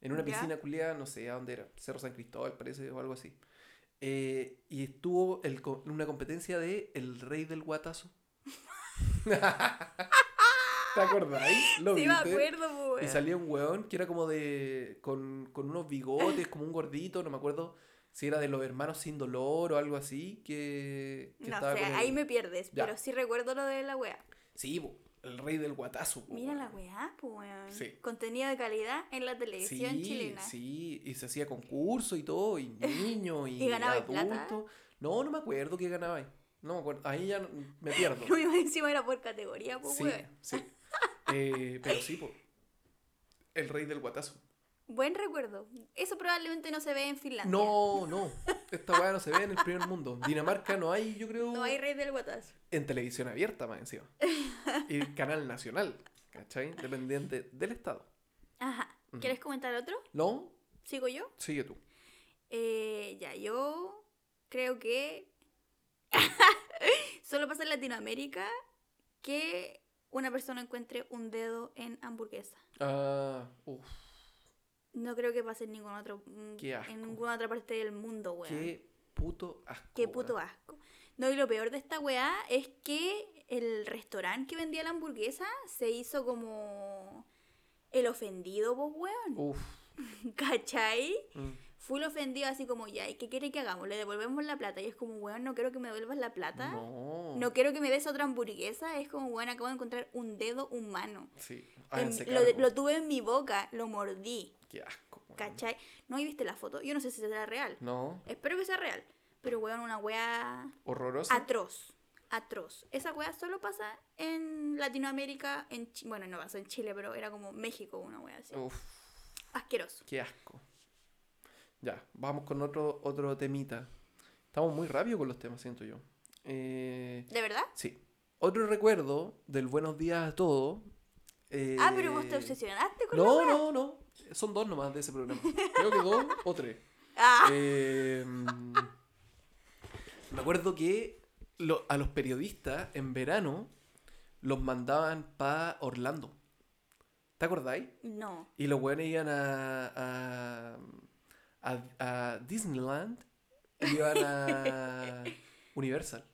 [SPEAKER 1] en una
[SPEAKER 2] Ya.
[SPEAKER 1] piscina culiada, no sé a dónde era, Cerro San Cristóbal parece o algo así. Eh, y estuvo el co- una competencia de El Rey del Guatazo. ¿Te acordáis? Lo
[SPEAKER 2] Sí, me
[SPEAKER 1] viste.
[SPEAKER 2] acuerdo, po,
[SPEAKER 1] Y
[SPEAKER 2] weón.
[SPEAKER 1] salía un weón que era como de. Con, con unos bigotes, como un gordito, no me acuerdo si era de los hermanos sin dolor o algo así, que. que
[SPEAKER 2] No
[SPEAKER 1] estaba
[SPEAKER 2] sé,
[SPEAKER 1] con el-
[SPEAKER 2] ahí me pierdes,
[SPEAKER 1] Ya.
[SPEAKER 2] pero sí recuerdo lo de la wea.
[SPEAKER 1] Sí, po, el rey del guatazo. po,
[SPEAKER 2] Mira la
[SPEAKER 1] weón.
[SPEAKER 2] weá, po, weón.
[SPEAKER 1] Sí.
[SPEAKER 2] Contenido de calidad en la televisión
[SPEAKER 1] Sí,
[SPEAKER 2] chilena.
[SPEAKER 1] sí, y se hacía concurso y todo, y niños, y,
[SPEAKER 2] ¿Y ganaba el plata?
[SPEAKER 1] adultos. No, no me acuerdo qué ganaba ahí. No me acuerdo, ahí ya no- me pierdo.
[SPEAKER 2] Lo mismo encima era por categoría, po,
[SPEAKER 1] sí,
[SPEAKER 2] pues, weón.
[SPEAKER 1] sí. Eh, pero sí, po, el rey del guatazo.
[SPEAKER 2] Buen recuerdo. Eso probablemente no se ve en Finlandia.
[SPEAKER 1] No, no. Esta weá no se ve en el primer mundo. Dinamarca no hay, yo creo,
[SPEAKER 2] No hay rey del guatazo.
[SPEAKER 1] en televisión abierta más encima. Y canal nacional, ¿cachai? Dependiente del Estado.
[SPEAKER 2] Ajá.
[SPEAKER 1] Ujú.
[SPEAKER 2] ¿Quieres comentar otro?
[SPEAKER 1] No,
[SPEAKER 2] ¿Sigo yo?
[SPEAKER 1] sigue tú.
[SPEAKER 2] Eh, ya, yo creo que solo pasa en Latinoamérica que una persona encuentre un dedo en hamburguesa.
[SPEAKER 1] Ah, uf,
[SPEAKER 2] No creo que pase en ningún otro mm,
[SPEAKER 1] Qué asco.
[SPEAKER 2] en ninguna otra parte del mundo, weón. Qué,
[SPEAKER 1] qué puto asco.
[SPEAKER 2] puto
[SPEAKER 1] weón.
[SPEAKER 2] asco. No, y lo peor de esta weá es que el restaurante que vendía la hamburguesa se hizo como el ofendido, vos, weón.
[SPEAKER 1] Uf.
[SPEAKER 2] ¿Cachai?
[SPEAKER 1] mm.
[SPEAKER 2] Full ofendido, así como, ya, ¿y qué quiere que hagamos? Le devolvemos la plata. Y es como, weón, no quiero que me devuelvas la plata. No,
[SPEAKER 1] No.
[SPEAKER 2] quiero que me des otra hamburguesa. Es como, weón, acabo de encontrar un dedo humano.
[SPEAKER 1] Sí. Ah,
[SPEAKER 2] En-
[SPEAKER 1] háganse
[SPEAKER 2] lo, de-
[SPEAKER 1] cargo.
[SPEAKER 2] lo tuve en mi boca, lo mordí.
[SPEAKER 1] Qué asco. weón.
[SPEAKER 2] ¿Cachai? No, ¿y viste la foto? Yo no sé si será real.
[SPEAKER 1] No,
[SPEAKER 2] Espero que sea real. Pero, weón, una weá
[SPEAKER 1] horroroso.
[SPEAKER 2] Ah, atroz. Atroz. Esa weá solo pasa en Latinoamérica, en Chi- bueno, no pasó en Chile, pero era como México una weá así.
[SPEAKER 1] Uf,
[SPEAKER 2] Asqueroso.
[SPEAKER 1] qué asco. Ya, vamos con otro, otro temita. Estamos muy rápido con los temas, siento yo. Eh,
[SPEAKER 2] ¿De verdad?
[SPEAKER 1] Sí. Otro recuerdo del buenos días a todos. eh,
[SPEAKER 2] Ah, pero vos te obsesionaste con la
[SPEAKER 1] No,
[SPEAKER 2] wea.
[SPEAKER 1] no, no. Son dos nomás de ese programa. Creo que dos o tres.
[SPEAKER 2] Ah,
[SPEAKER 1] Eh, me acuerdo que lo- a los periodistas en verano los mandaban para Orlando. ¿Te acordáis?
[SPEAKER 2] no.
[SPEAKER 1] Y los buenos iban a, a, a- a Disneyland y iban a Universal.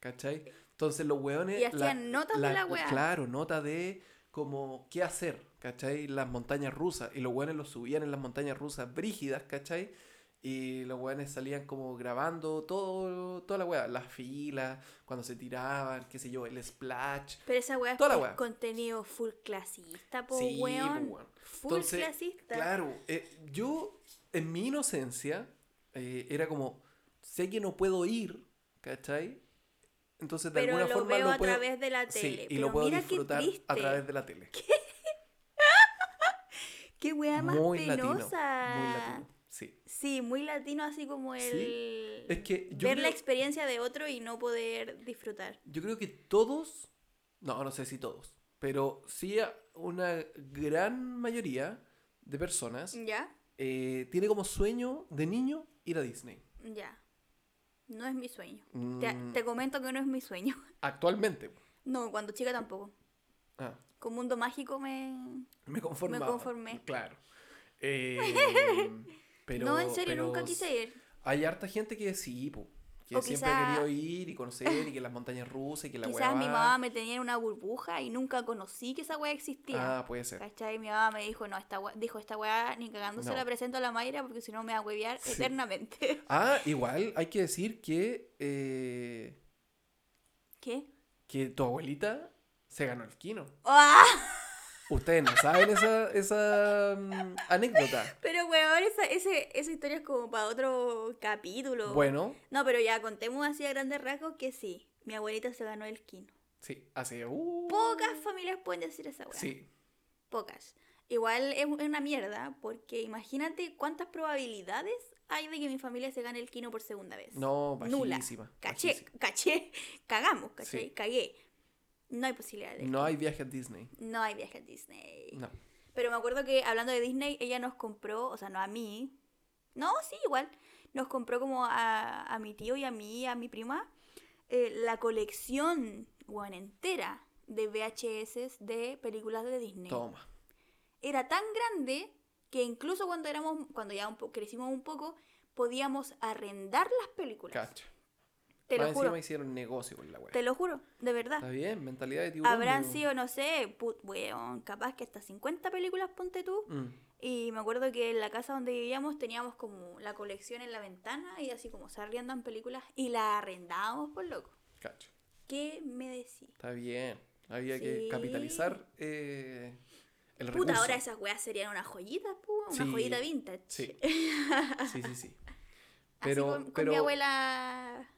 [SPEAKER 1] ¿Cachai? Entonces los hueones.
[SPEAKER 2] Y hacían notas de la weá.
[SPEAKER 1] Claro, nota de como qué hacer, ¿cachai? Las montañas rusas. Y los hueones los subían en las montañas rusas brígidas, ¿cachai? Y los hueones salían como grabando todo, toda la hueá. Las filas, cuando se tiraban, qué sé yo, el splash.
[SPEAKER 2] Pero esa weá es
[SPEAKER 1] Toda la
[SPEAKER 2] es
[SPEAKER 1] wea.
[SPEAKER 2] contenido full clasista, po,
[SPEAKER 1] Sí, po,
[SPEAKER 2] weón.
[SPEAKER 1] weón.
[SPEAKER 2] Full
[SPEAKER 1] Entonces,
[SPEAKER 2] clasista.
[SPEAKER 1] Claro, eh, yo en mi inocencia eh, era como, sé que no puedo ir, ¿cachai? Entonces de
[SPEAKER 2] pero
[SPEAKER 1] alguna
[SPEAKER 2] lo
[SPEAKER 1] forma
[SPEAKER 2] veo
[SPEAKER 1] lo
[SPEAKER 2] a
[SPEAKER 1] puedo...
[SPEAKER 2] través de la
[SPEAKER 1] sí,
[SPEAKER 2] tele.
[SPEAKER 1] y
[SPEAKER 2] pero
[SPEAKER 1] lo puedo
[SPEAKER 2] mira
[SPEAKER 1] disfrutar
[SPEAKER 2] qué triste.
[SPEAKER 1] a través de la tele.
[SPEAKER 2] Qué weá más
[SPEAKER 1] muy latino, muy
[SPEAKER 2] penosa.
[SPEAKER 1] latino, sí.
[SPEAKER 2] Sí, muy latino, así como el.
[SPEAKER 1] Es que yo
[SPEAKER 2] ver la
[SPEAKER 1] creo-
[SPEAKER 2] experiencia de otro y no poder disfrutar.
[SPEAKER 1] Yo creo que todos, no, no sé si todos, pero sí a- una gran mayoría de personas
[SPEAKER 2] ¿Ya?
[SPEAKER 1] eh, tiene como sueño de niño ir a Disney.
[SPEAKER 2] Ya. No es mi sueño. Te,
[SPEAKER 1] Mm,
[SPEAKER 2] te comento que no es mi sueño.
[SPEAKER 1] Actualmente.
[SPEAKER 2] No, cuando chica tampoco.
[SPEAKER 1] Ah.
[SPEAKER 2] Con mundo mágico me.
[SPEAKER 1] Me conformaba.
[SPEAKER 2] conformé.
[SPEAKER 1] Claro. Eh, pero,
[SPEAKER 2] no, en serio,
[SPEAKER 1] pero
[SPEAKER 2] nunca quise ir.
[SPEAKER 1] Hay harta gente que sí, po, que
[SPEAKER 2] O
[SPEAKER 1] siempre
[SPEAKER 2] quizá-
[SPEAKER 1] ha querido ir y conocer y que las montañas rusas y que la
[SPEAKER 2] Quizás
[SPEAKER 1] hueá
[SPEAKER 2] mi
[SPEAKER 1] va.
[SPEAKER 2] mamá me tenía en una burbuja y nunca conocí que esa weá existía.
[SPEAKER 1] Ah, puede ser.
[SPEAKER 2] ¿Cachai? Mi mamá me dijo, no, esta weá, dijo, esta weá ni cagándose
[SPEAKER 1] No.
[SPEAKER 2] la presento a la Mayra porque si no me va a huevear
[SPEAKER 1] Sí.
[SPEAKER 2] eternamente.
[SPEAKER 1] Ah, igual hay que decir que, eh,
[SPEAKER 2] ¿Qué?
[SPEAKER 1] que tu abuelita se ganó el quino.
[SPEAKER 2] ¡Ah!
[SPEAKER 1] Ustedes no saben esa, esa mm, anécdota.
[SPEAKER 2] Pero weón, esa, ese, esa historia es como para otro capítulo.
[SPEAKER 1] Bueno,
[SPEAKER 2] No, pero ya contemos así a grandes rasgos que sí, mi abuelita se ganó el quino.
[SPEAKER 1] sí, hace... uh,
[SPEAKER 2] Pocas familias pueden decir esa weá.
[SPEAKER 1] Sí,
[SPEAKER 2] Pocas. Igual es es una mierda, porque imagínate cuántas probabilidades hay de que mi familia se gane el quino por segunda vez.
[SPEAKER 1] no,
[SPEAKER 2] Nula.
[SPEAKER 1] bajísima.
[SPEAKER 2] Caché,
[SPEAKER 1] bajísima.
[SPEAKER 2] caché, cagamos, caché,
[SPEAKER 1] Sí.
[SPEAKER 2] cagué. No hay posibilidad de.
[SPEAKER 1] No hay viaje a Disney.
[SPEAKER 2] No hay viaje a Disney.
[SPEAKER 1] No.
[SPEAKER 2] Pero me acuerdo que hablando de Disney, ella nos compró, o sea, no a mí. No, sí, igual. Nos compró como a, a mi tío y a mí, a mi prima, eh, la colección, weón, entera de VHS de películas de Disney.
[SPEAKER 1] Toma.
[SPEAKER 2] Era tan grande que incluso cuando éramos, cuando ya un po- crecimos un poco, podíamos arrendar las películas.
[SPEAKER 1] Cacha.
[SPEAKER 2] Te
[SPEAKER 1] Más
[SPEAKER 2] lo
[SPEAKER 1] encima
[SPEAKER 2] juro,
[SPEAKER 1] hicieron negocio con la wea.
[SPEAKER 2] te lo juro, de verdad.
[SPEAKER 1] Está bien, mentalidad de tiburón.
[SPEAKER 2] Habrán
[SPEAKER 1] digo.
[SPEAKER 2] sido, no sé, put, weón, capaz que hasta 50 películas, ponte tú.
[SPEAKER 1] Mm.
[SPEAKER 2] Y me acuerdo que en la casa donde vivíamos teníamos como la colección en la ventana y así como se arriendan películas y la arrendábamos por loco.
[SPEAKER 1] Cacho.
[SPEAKER 2] ¿Qué me decís?
[SPEAKER 1] Está bien. Había
[SPEAKER 2] Sí.
[SPEAKER 1] que capitalizar eh, el recurso.
[SPEAKER 2] Puta, ahora esas weas serían unas joyitas, po, una
[SPEAKER 1] Sí,
[SPEAKER 2] joyita vintage.
[SPEAKER 1] Sí. Sí, sí, sí.
[SPEAKER 2] así
[SPEAKER 1] Pero,
[SPEAKER 2] con, con
[SPEAKER 1] pero
[SPEAKER 2] mi abuela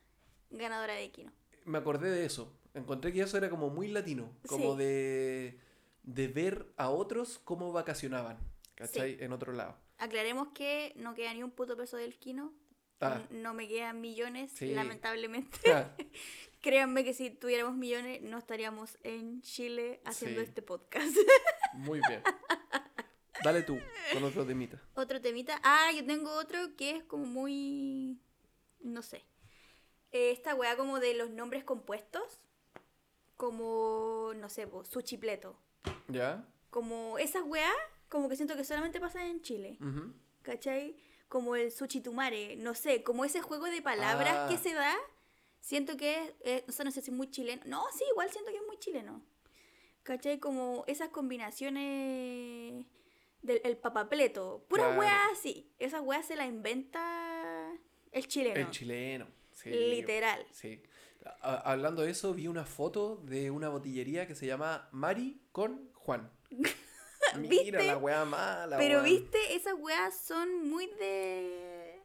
[SPEAKER 2] ganadora de Kino.
[SPEAKER 1] me acordé de eso. Encontré que eso era como muy latino. Como
[SPEAKER 2] Sí.
[SPEAKER 1] de, de ver a otros cómo vacacionaban. ¿Cachai? En otro lado.
[SPEAKER 2] Aclaremos que no queda ni un puto peso del Kino.
[SPEAKER 1] Ah.
[SPEAKER 2] No me quedan millones,
[SPEAKER 1] Sí.
[SPEAKER 2] lamentablemente.
[SPEAKER 1] ja,
[SPEAKER 2] Créanme que si tuviéramos millones no estaríamos en Chile haciendo
[SPEAKER 1] Sí.
[SPEAKER 2] este podcast.
[SPEAKER 1] muy bien. Dale tú, con otro temita.
[SPEAKER 2] otro temita. Ah, yo tengo otro que es como muy... No sé. Eh, Esta weá como de los nombres compuestos. Como, no sé, po, suchipleto.
[SPEAKER 1] ¿Ya?
[SPEAKER 2] Como esas weá, como que siento que solamente pasan en Chile.
[SPEAKER 1] Ujú.
[SPEAKER 2] ¿Cachai? Como el suchitumare. No sé, como ese juego de palabras
[SPEAKER 1] Ah.
[SPEAKER 2] que se da. Siento que, eh, o sea, no sé si es muy chileno. No, sí, igual siento que es muy chileno. ¿Cachai? Como esas combinaciones del el papapleto. Pura
[SPEAKER 1] Claro.
[SPEAKER 2] weá así. Esas weas se la inventa el chileno.
[SPEAKER 1] El chileno. Sí.
[SPEAKER 2] Literal.
[SPEAKER 1] Sí. Ha- hablando de eso, vi una foto de una botillería que se llama Mari con Juan. Mira
[SPEAKER 2] ¿Viste?
[SPEAKER 1] la weá mala.
[SPEAKER 2] Pero
[SPEAKER 1] weón.
[SPEAKER 2] viste, esas weas son muy de.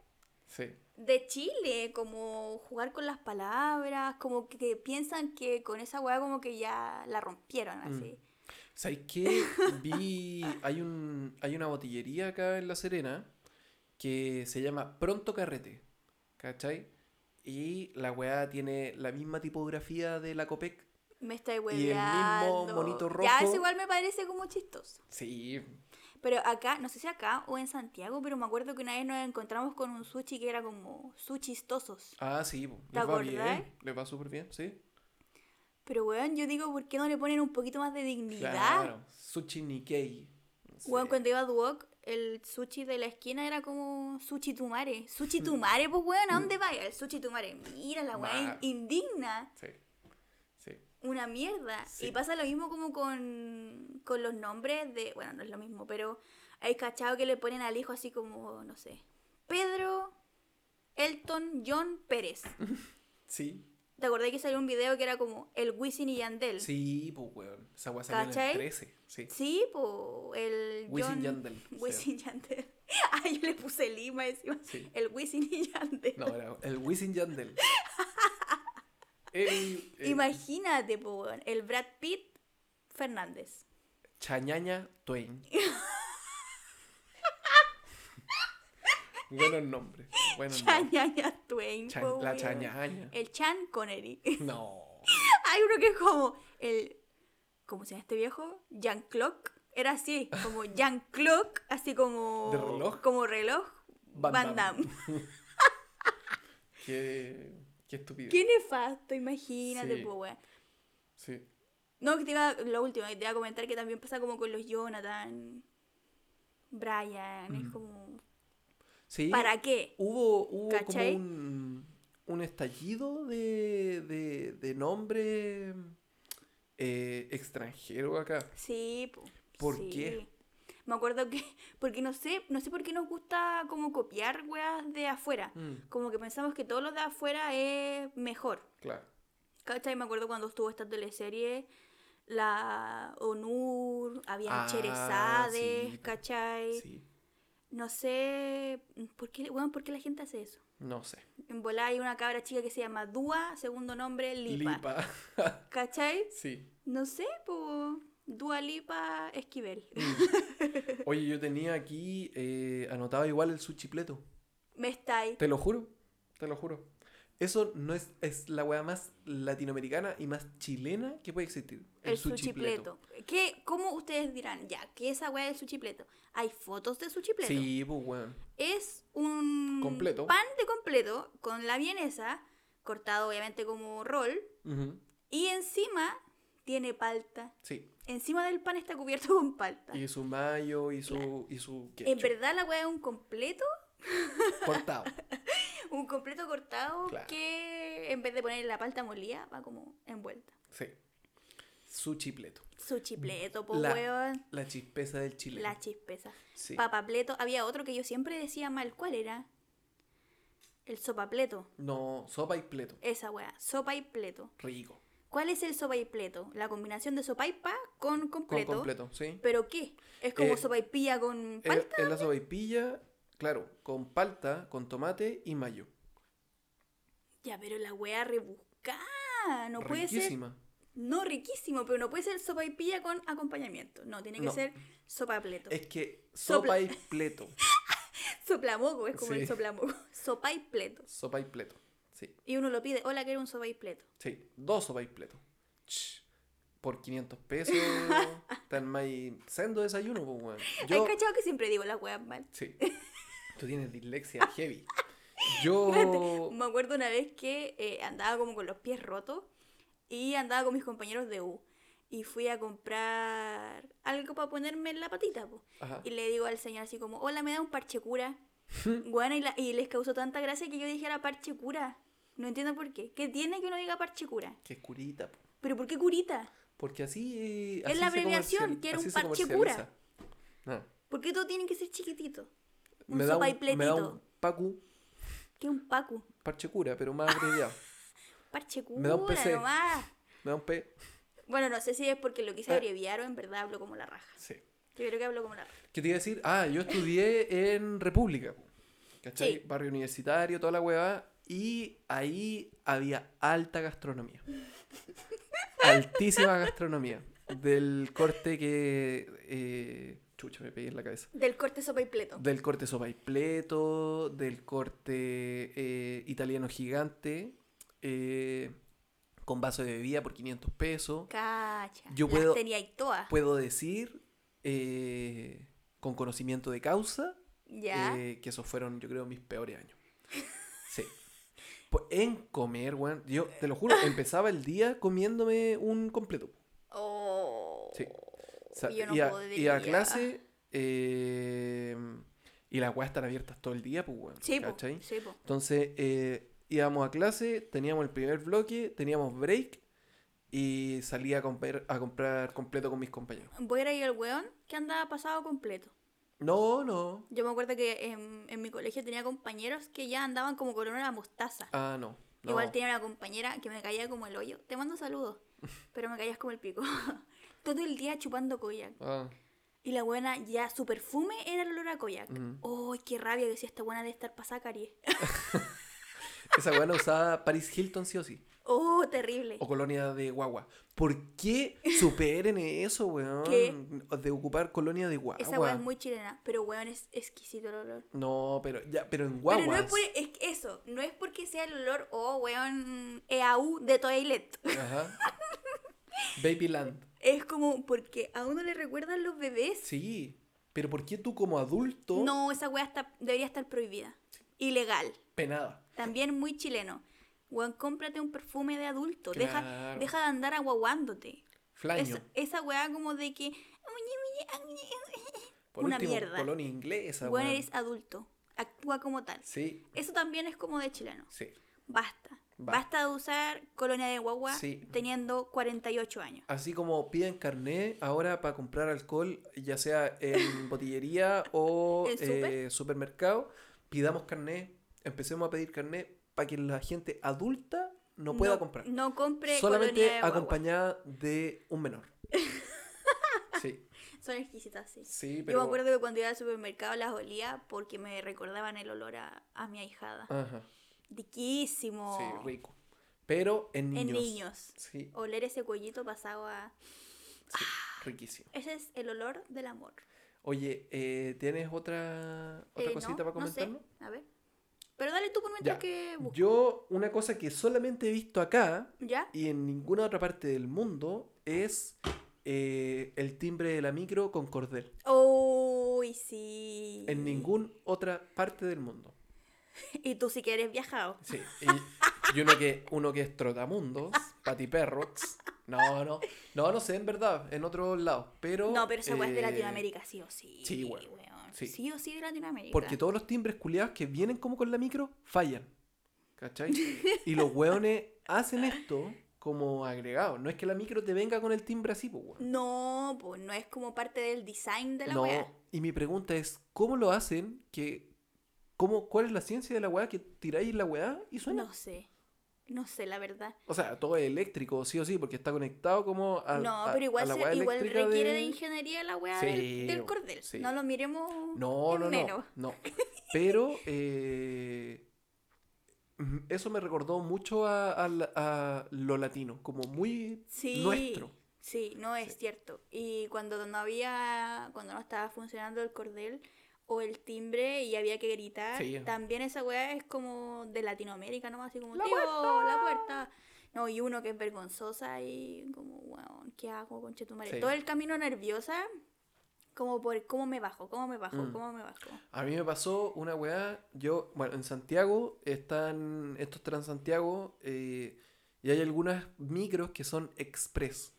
[SPEAKER 1] Sí.
[SPEAKER 2] de Chile, como jugar con las palabras, como que, que piensan que con esa weá como que ya la rompieron
[SPEAKER 1] Mm.
[SPEAKER 2] así.
[SPEAKER 1] ¿Sabes qué? Vi. Hay, un, hay una botillería acá en La Serena que se llama Pronto Carrete. ¿Cachai? Y la weá tiene la misma tipografía de la Copec.
[SPEAKER 2] Me está
[SPEAKER 1] Y el mismo monito rojo.
[SPEAKER 2] Ya, eso igual me parece como chistoso.
[SPEAKER 1] Sí,
[SPEAKER 2] Pero acá, no sé si acá o en Santiago, pero me acuerdo que una vez nos encontramos con un sushi que era como sushistosos.
[SPEAKER 1] ah, sí, po.
[SPEAKER 2] ¿Te
[SPEAKER 1] les va
[SPEAKER 2] acordás?
[SPEAKER 1] bien, les va súper bien, sí.
[SPEAKER 2] Pero weón, yo digo, ¿por qué no le ponen un poquito más de dignidad?
[SPEAKER 1] Claro, Sushi Nikkei. Sí.
[SPEAKER 2] Weón, cuando iba a Duoc, el sushi de la esquina era como sushi tumare. Sushi tumare, pues weón, ¿a
[SPEAKER 1] Mm.
[SPEAKER 2] dónde vaya? El sushi tumare. Mira la weá,
[SPEAKER 1] Mal.
[SPEAKER 2] indigna.
[SPEAKER 1] Sí, sí.
[SPEAKER 2] Una mierda.
[SPEAKER 1] Sí.
[SPEAKER 2] Y pasa lo mismo como con, con los nombres de. Bueno, no es lo mismo, pero hay cachado que le ponen al hijo así como, no sé. Pedro Elton John Pérez.
[SPEAKER 1] Sí,
[SPEAKER 2] ¿Te acordás que salió un video que era como el Wisin y Yandel?
[SPEAKER 1] sí, pues, weón. Esa weá salió en
[SPEAKER 2] ¿Cachai?
[SPEAKER 1] el 13, sí.
[SPEAKER 2] Sí, po, el
[SPEAKER 1] Wisin
[SPEAKER 2] John-
[SPEAKER 1] Yandel, sí.
[SPEAKER 2] Wisin Yandel. Ah, yo le puse Lima encima.
[SPEAKER 1] Sí.
[SPEAKER 2] El Wisin y Yandel.
[SPEAKER 1] No, era el Wisin Yandel. El, el
[SPEAKER 2] Imagínate, po, weón, el Brad Pitt Fernández.
[SPEAKER 1] Chañaña Twain. Buenos nombres. Buenos nombres.
[SPEAKER 2] Chañaña Twain,
[SPEAKER 1] Cha-
[SPEAKER 2] po,
[SPEAKER 1] la
[SPEAKER 2] pues, weón.
[SPEAKER 1] chañaña.
[SPEAKER 2] El Chan Connery.
[SPEAKER 1] No.
[SPEAKER 2] Hay uno que es como el. ¿Cómo se llama este viejo? Jan Clock. Era así, como Jan Clock, así como.
[SPEAKER 1] ¿De reloj?
[SPEAKER 2] Como reloj.
[SPEAKER 1] Van
[SPEAKER 2] Van,
[SPEAKER 1] Damme.
[SPEAKER 2] Damme.
[SPEAKER 1] Qué, qué estúpido.
[SPEAKER 2] Qué nefasto, imagínate,
[SPEAKER 1] Sí.
[SPEAKER 2] po, weón.
[SPEAKER 1] Sí.
[SPEAKER 2] No, que te iba, lo último que te iba a comentar que también pasa como con los Jonathan, Brian, es como,
[SPEAKER 1] Mm. Sí.
[SPEAKER 2] ¿para qué?
[SPEAKER 1] Hubo, hubo como
[SPEAKER 2] ¿Cachai?
[SPEAKER 1] un, un estallido de, de, de nombre eh, extranjero acá.
[SPEAKER 2] Sí, po,
[SPEAKER 1] ¿Por
[SPEAKER 2] sí.
[SPEAKER 1] qué?
[SPEAKER 2] Me acuerdo que, porque no sé, no sé por qué nos gusta como copiar weas de afuera.
[SPEAKER 1] Mm,
[SPEAKER 2] Como que pensamos que todo lo de afuera es mejor.
[SPEAKER 1] claro.
[SPEAKER 2] ¿Cachai? Me acuerdo cuando estuvo esta teleserie, la Onur, había
[SPEAKER 1] Ah,
[SPEAKER 2] Cherezades,
[SPEAKER 1] sí, po.
[SPEAKER 2] ¿cachai?
[SPEAKER 1] Sí.
[SPEAKER 2] No sé, ¿por qué, weón, ¿por qué la gente hace eso?
[SPEAKER 1] No sé.
[SPEAKER 2] En volá hay una cabra chica que se llama Dua, segundo nombre Lipa.
[SPEAKER 1] Lipa.
[SPEAKER 2] ¿Cachai?
[SPEAKER 1] sí.
[SPEAKER 2] No sé, po. Dua Lipa Esquivel.
[SPEAKER 1] Mm. Oye, yo tenía aquí eh, anotado igual el suchipleto.
[SPEAKER 2] Me está ahí.
[SPEAKER 1] Te lo juro. Te lo juro. Eso no es, es la weá más latinoamericana y más chilena que puede existir.
[SPEAKER 2] El
[SPEAKER 1] suchipleto.
[SPEAKER 2] suchipleto. ¿Qué, ¿Cómo ustedes dirán? Ya, que esa weá del suchipleto. Hay fotos de suchipleto.
[SPEAKER 1] Sí, pues weón.
[SPEAKER 2] Es un
[SPEAKER 1] Completo.
[SPEAKER 2] pan de completo con la vienesa, cortado obviamente como rol,
[SPEAKER 1] Ujú,
[SPEAKER 2] y encima tiene palta.
[SPEAKER 1] Sí.
[SPEAKER 2] Encima del pan está cubierto con palta.
[SPEAKER 1] Y su mayo y su, y su
[SPEAKER 2] En
[SPEAKER 1] ketchup.
[SPEAKER 2] verdad la weá es un completo
[SPEAKER 1] cortado.
[SPEAKER 2] Un completo cortado
[SPEAKER 1] Claro.
[SPEAKER 2] que en vez de poner la palta molida, va como envuelta.
[SPEAKER 1] Sí. Su chipleto.
[SPEAKER 2] Su chipleto, po
[SPEAKER 1] La-
[SPEAKER 2] weón.
[SPEAKER 1] La chispeza del chile.
[SPEAKER 2] La chispeza.
[SPEAKER 1] Sí.
[SPEAKER 2] Papapleto. Había otro que yo siempre decía mal. ¿Cuál era? El sopapleto.
[SPEAKER 1] No, sopa y pleto.
[SPEAKER 2] Esa weá. Sopa y pleto.
[SPEAKER 1] Rico.
[SPEAKER 2] ¿Cuál es el sopa y pleto? La combinación de sopa y pa con
[SPEAKER 1] Con
[SPEAKER 2] completo.
[SPEAKER 1] completo, sí.
[SPEAKER 2] ¿Pero qué? ¿Es como
[SPEAKER 1] Eh,
[SPEAKER 2] sopa y pilla con
[SPEAKER 1] Es
[SPEAKER 2] palta?
[SPEAKER 1] es la sopaipilla, claro, con palta, con tomate y mayo.
[SPEAKER 2] Ya, pero la weá rebuscada. No puede ser
[SPEAKER 1] Riquísima.
[SPEAKER 2] No, riquísimo, pero no puede ser sopa y pilla con acompañamiento. No, tiene que
[SPEAKER 1] No.
[SPEAKER 2] ser sopa de pleto.
[SPEAKER 1] Es que sopa
[SPEAKER 2] Sopla-
[SPEAKER 1] y pleto.
[SPEAKER 2] Soplamoco, es como
[SPEAKER 1] Sí.
[SPEAKER 2] el soplamoco. Sopa y pleto.
[SPEAKER 1] Sopa y pleto. Sí,
[SPEAKER 2] Y uno lo pide, hola, quiero un sopa y pleto.
[SPEAKER 1] sí. Dos sopa y pleto. Ch, Por 500 pesos. Tan más sendo desayuno, pues, weón. Yo.
[SPEAKER 2] ¿Hay cachado que siempre digo las weas mal?
[SPEAKER 1] Sí. Tú tienes dislexia heavy. Yo.
[SPEAKER 2] Me acuerdo una vez que eh, andaba como con los pies rotos y andaba con mis compañeros de U. Y fui a comprar algo para ponerme en la patita, po.
[SPEAKER 1] Ajá.
[SPEAKER 2] Y le digo al señor así como, hola, me da un parche cura. Bueno, y, la- y les causó tanta gracia que yo dijera parche cura. No entiendo por qué. ¿Qué tiene que uno diga parche cura?
[SPEAKER 1] Que es curita, po.
[SPEAKER 2] ¿Pero por qué curita?
[SPEAKER 1] Porque así. eh,
[SPEAKER 2] Es la
[SPEAKER 1] así se
[SPEAKER 2] abreviación,
[SPEAKER 1] comercial-
[SPEAKER 2] que era un
[SPEAKER 1] así se
[SPEAKER 2] parche cura.
[SPEAKER 1] comercializa. Ah.
[SPEAKER 2] ¿Por qué todo tiene que ser chiquitito? Un
[SPEAKER 1] Me da un,
[SPEAKER 2] sopaipletico.
[SPEAKER 1] me da un pacu
[SPEAKER 2] Que un pacu.
[SPEAKER 1] parche cura, pero
[SPEAKER 2] Ah.
[SPEAKER 1] más abreviado.
[SPEAKER 2] Parche cura
[SPEAKER 1] Me da un PC.
[SPEAKER 2] nomás.
[SPEAKER 1] Me da un P.
[SPEAKER 2] Bueno, no sé si es porque lo quise
[SPEAKER 1] Eh.
[SPEAKER 2] abreviar o en verdad hablo como la raja.
[SPEAKER 1] Sí.
[SPEAKER 2] Yo creo que hablo como la raja.
[SPEAKER 1] ¿Qué te iba a decir? Ah, yo estudié en República. po. ¿Cachai?
[SPEAKER 2] Sí.
[SPEAKER 1] Barrio universitario, toda la huevada. Y ahí había alta gastronomía. Altísima gastronomía. Del corte que. eh, chucha, me pegué en la cabeza.
[SPEAKER 2] Del corte sopa y pleto.
[SPEAKER 1] Del corte sopaipleto, del corte eh, italiano gigante. eh, con vaso de bebida por 500 pesos.
[SPEAKER 2] Cacha.
[SPEAKER 1] Yo
[SPEAKER 2] Las
[SPEAKER 1] puedo-
[SPEAKER 2] tenía ahí todas.
[SPEAKER 1] Puedo decir, eh, con conocimiento de causa,
[SPEAKER 2] ya.
[SPEAKER 1] eh, que esos fueron, yo creo, mis peores años. Sí. Po- En comer, weón. Yo te lo juro, empezaba el día comiéndome un completo.
[SPEAKER 2] oh.
[SPEAKER 1] sí. O sea,
[SPEAKER 2] yo no
[SPEAKER 1] y, a, y
[SPEAKER 2] podría.
[SPEAKER 1] a clase. eh, y las weas están abiertas todo el día, pues, weón.
[SPEAKER 2] Sí, po,
[SPEAKER 1] ¿cachai?
[SPEAKER 2] sí, po.
[SPEAKER 1] Entonces, eh, íbamos a clase, teníamos el primer bloque, teníamos break. Y salía a comprar, a comprar completo con mis compañeros.
[SPEAKER 2] Voy a ir al weón que andaba pasado completo.
[SPEAKER 1] No, no.
[SPEAKER 2] Yo me acuerdo que en, en mi colegio tenía compañeros que ya andaban como con una mostaza.
[SPEAKER 1] Ah, no. no.
[SPEAKER 2] Igual tenía una compañera que me caía como el hoyo. Te mando saludos, pero me caías como el pico. Todo el día chupando koyak.
[SPEAKER 1] Ah,
[SPEAKER 2] Y la buena ya, su perfume era el olor a koyak. ¡Ay,
[SPEAKER 1] Mm.
[SPEAKER 2] qué rabia que decía esta buena de estar pasada caries!
[SPEAKER 1] esa buena usaba Paris Hilton, sí o sí.
[SPEAKER 2] ¡Oh, terrible!
[SPEAKER 1] O colonia de guagua. ¿Por qué superen eso, weón?
[SPEAKER 2] ¿Qué?
[SPEAKER 1] De ocupar colonia de guagua.
[SPEAKER 2] Esa weá es muy chilena, pero weón es exquisito el olor.
[SPEAKER 1] No, pero, ya, pero en
[SPEAKER 2] Pero
[SPEAKER 1] guaguas.
[SPEAKER 2] no es, por, es que eso, no es porque sea el olor, oh weón, EAU de toilet.
[SPEAKER 1] Ajá. Babyland.
[SPEAKER 2] Es como porque a uno le recuerdan los bebés.
[SPEAKER 1] Sí. Pero ¿por qué tú como adulto
[SPEAKER 2] No, esa weá está, debería estar prohibida. Ilegal.
[SPEAKER 1] penada?
[SPEAKER 2] También muy chileno. Weón, cómprate un perfume de adulto. Deja,
[SPEAKER 1] Claro.
[SPEAKER 2] deja de andar aguaguándote.
[SPEAKER 1] Flaño.
[SPEAKER 2] Esa- esa weá como de que.
[SPEAKER 1] por
[SPEAKER 2] una
[SPEAKER 1] último,
[SPEAKER 2] mierda.
[SPEAKER 1] colonia inglesa,
[SPEAKER 2] Weón,
[SPEAKER 1] weón.
[SPEAKER 2] eres adulto. Actúa como tal.
[SPEAKER 1] Sí,
[SPEAKER 2] Eso también es como de chileno.
[SPEAKER 1] sí.
[SPEAKER 2] Basta.
[SPEAKER 1] Basta.
[SPEAKER 2] Basta de usar colonia de guagua
[SPEAKER 1] Sí.
[SPEAKER 2] teniendo 48 años.
[SPEAKER 1] Así como piden carné ahora para comprar alcohol, ya sea en botillería o
[SPEAKER 2] ¿En súper?
[SPEAKER 1] eh, supermercado, pidamos carné, empecemos a pedir carné para que la gente adulta no pueda comprar.
[SPEAKER 2] No compre colonia
[SPEAKER 1] Solamente
[SPEAKER 2] de guagua.
[SPEAKER 1] acompañada de un menor. Sí,
[SPEAKER 2] Son exquisitas, sí.
[SPEAKER 1] sí,
[SPEAKER 2] Yo
[SPEAKER 1] pero...
[SPEAKER 2] me acuerdo que cuando iba al supermercado las olía porque me recordaban el olor a, a mi ahijada.
[SPEAKER 1] Ajá,
[SPEAKER 2] Riquísimo.
[SPEAKER 1] Ah. sí, rico. Pero en niños.
[SPEAKER 2] Oh. En niños.
[SPEAKER 1] Sí,
[SPEAKER 2] Oler ese cuellito pasado a...
[SPEAKER 1] sí, riquísimo.
[SPEAKER 2] Ese es el olor del amor.
[SPEAKER 1] Oye, eh, ¿tienes otra, otra
[SPEAKER 2] Eh,
[SPEAKER 1] cosita
[SPEAKER 2] no,
[SPEAKER 1] para
[SPEAKER 2] no sé.
[SPEAKER 1] comentarnos?
[SPEAKER 2] A ver. Pero dale tú por mientras
[SPEAKER 1] Ya.
[SPEAKER 2] que busco.
[SPEAKER 1] Yo, una cosa que solamente he visto acá
[SPEAKER 2] ¿Ya?
[SPEAKER 1] y en ninguna otra parte del mundo es eh, el timbre de la micro con cordel.
[SPEAKER 2] Uy, sí.
[SPEAKER 1] En ninguna otra parte del mundo.
[SPEAKER 2] Y tú sí que eres viajado.
[SPEAKER 1] Sí. Y, y uno, que, uno que es trotamundos, patiperrots. No, no. No, no sé, en verdad, en otro lado. Pero,
[SPEAKER 2] No, pero esa weá es de
[SPEAKER 1] eh,
[SPEAKER 2] Latinoamérica, sí o sí.
[SPEAKER 1] sí, weón, sí.
[SPEAKER 2] Sí. o sí de Latinoamérica.
[SPEAKER 1] Porque todos los timbres culiados que vienen como con la micro fallan. ¿Cachai? Y los hueones hacen esto como agregado. No es que la micro te venga con el timbre así, pues, weón.
[SPEAKER 2] No, pues no es como parte del design de la
[SPEAKER 1] No.
[SPEAKER 2] weá.
[SPEAKER 1] Y mi pregunta es, ¿cómo lo hacen? Que, cómo, ¿Cuál es la ciencia de la weá que tiráis la weá y suena?
[SPEAKER 2] No sé. No sé, la verdad.
[SPEAKER 1] O sea, todo es eléctrico, sí o sí, porque está conectado como a,
[SPEAKER 2] no,
[SPEAKER 1] a-
[SPEAKER 2] pero
[SPEAKER 1] a
[SPEAKER 2] igual,
[SPEAKER 1] la
[SPEAKER 2] se-
[SPEAKER 1] weá
[SPEAKER 2] igual
[SPEAKER 1] eléctrica
[SPEAKER 2] requiere de...
[SPEAKER 1] de-
[SPEAKER 2] ingeniería la weá
[SPEAKER 1] Sí,
[SPEAKER 2] del, del
[SPEAKER 1] bo,
[SPEAKER 2] cordel.
[SPEAKER 1] sí.
[SPEAKER 2] No lo miremos.
[SPEAKER 1] No,
[SPEAKER 2] en
[SPEAKER 1] no,
[SPEAKER 2] menos.
[SPEAKER 1] no, no. Pero eh, mm, eso me recordó mucho a, a la- a lo latino, como muy
[SPEAKER 2] Sí.
[SPEAKER 1] nuestro.
[SPEAKER 2] Sí, no es
[SPEAKER 1] Sí.
[SPEAKER 2] cierto. Y cuando no había, cuando no estaba funcionando el cordel o el timbre y había que gritar,
[SPEAKER 1] Sí.
[SPEAKER 2] también esa weá es como de Latinoamérica, ¿no? Así como,
[SPEAKER 1] ¡La
[SPEAKER 2] "Tío,
[SPEAKER 1] puerta!".
[SPEAKER 2] la puerta. No, y uno que es vergonzosa y como, weón, ¿qué hago, conchetumare?
[SPEAKER 1] Sí.
[SPEAKER 2] Todo el camino nerviosa, como por, ¿cómo me bajo? ¿Cómo me bajo?
[SPEAKER 1] Mm.
[SPEAKER 2] ¿Cómo me bajo?
[SPEAKER 1] A mí me pasó una weá, yo, bueno, en Santiago están estos Transantiago eh, y hay algunas micros que son express.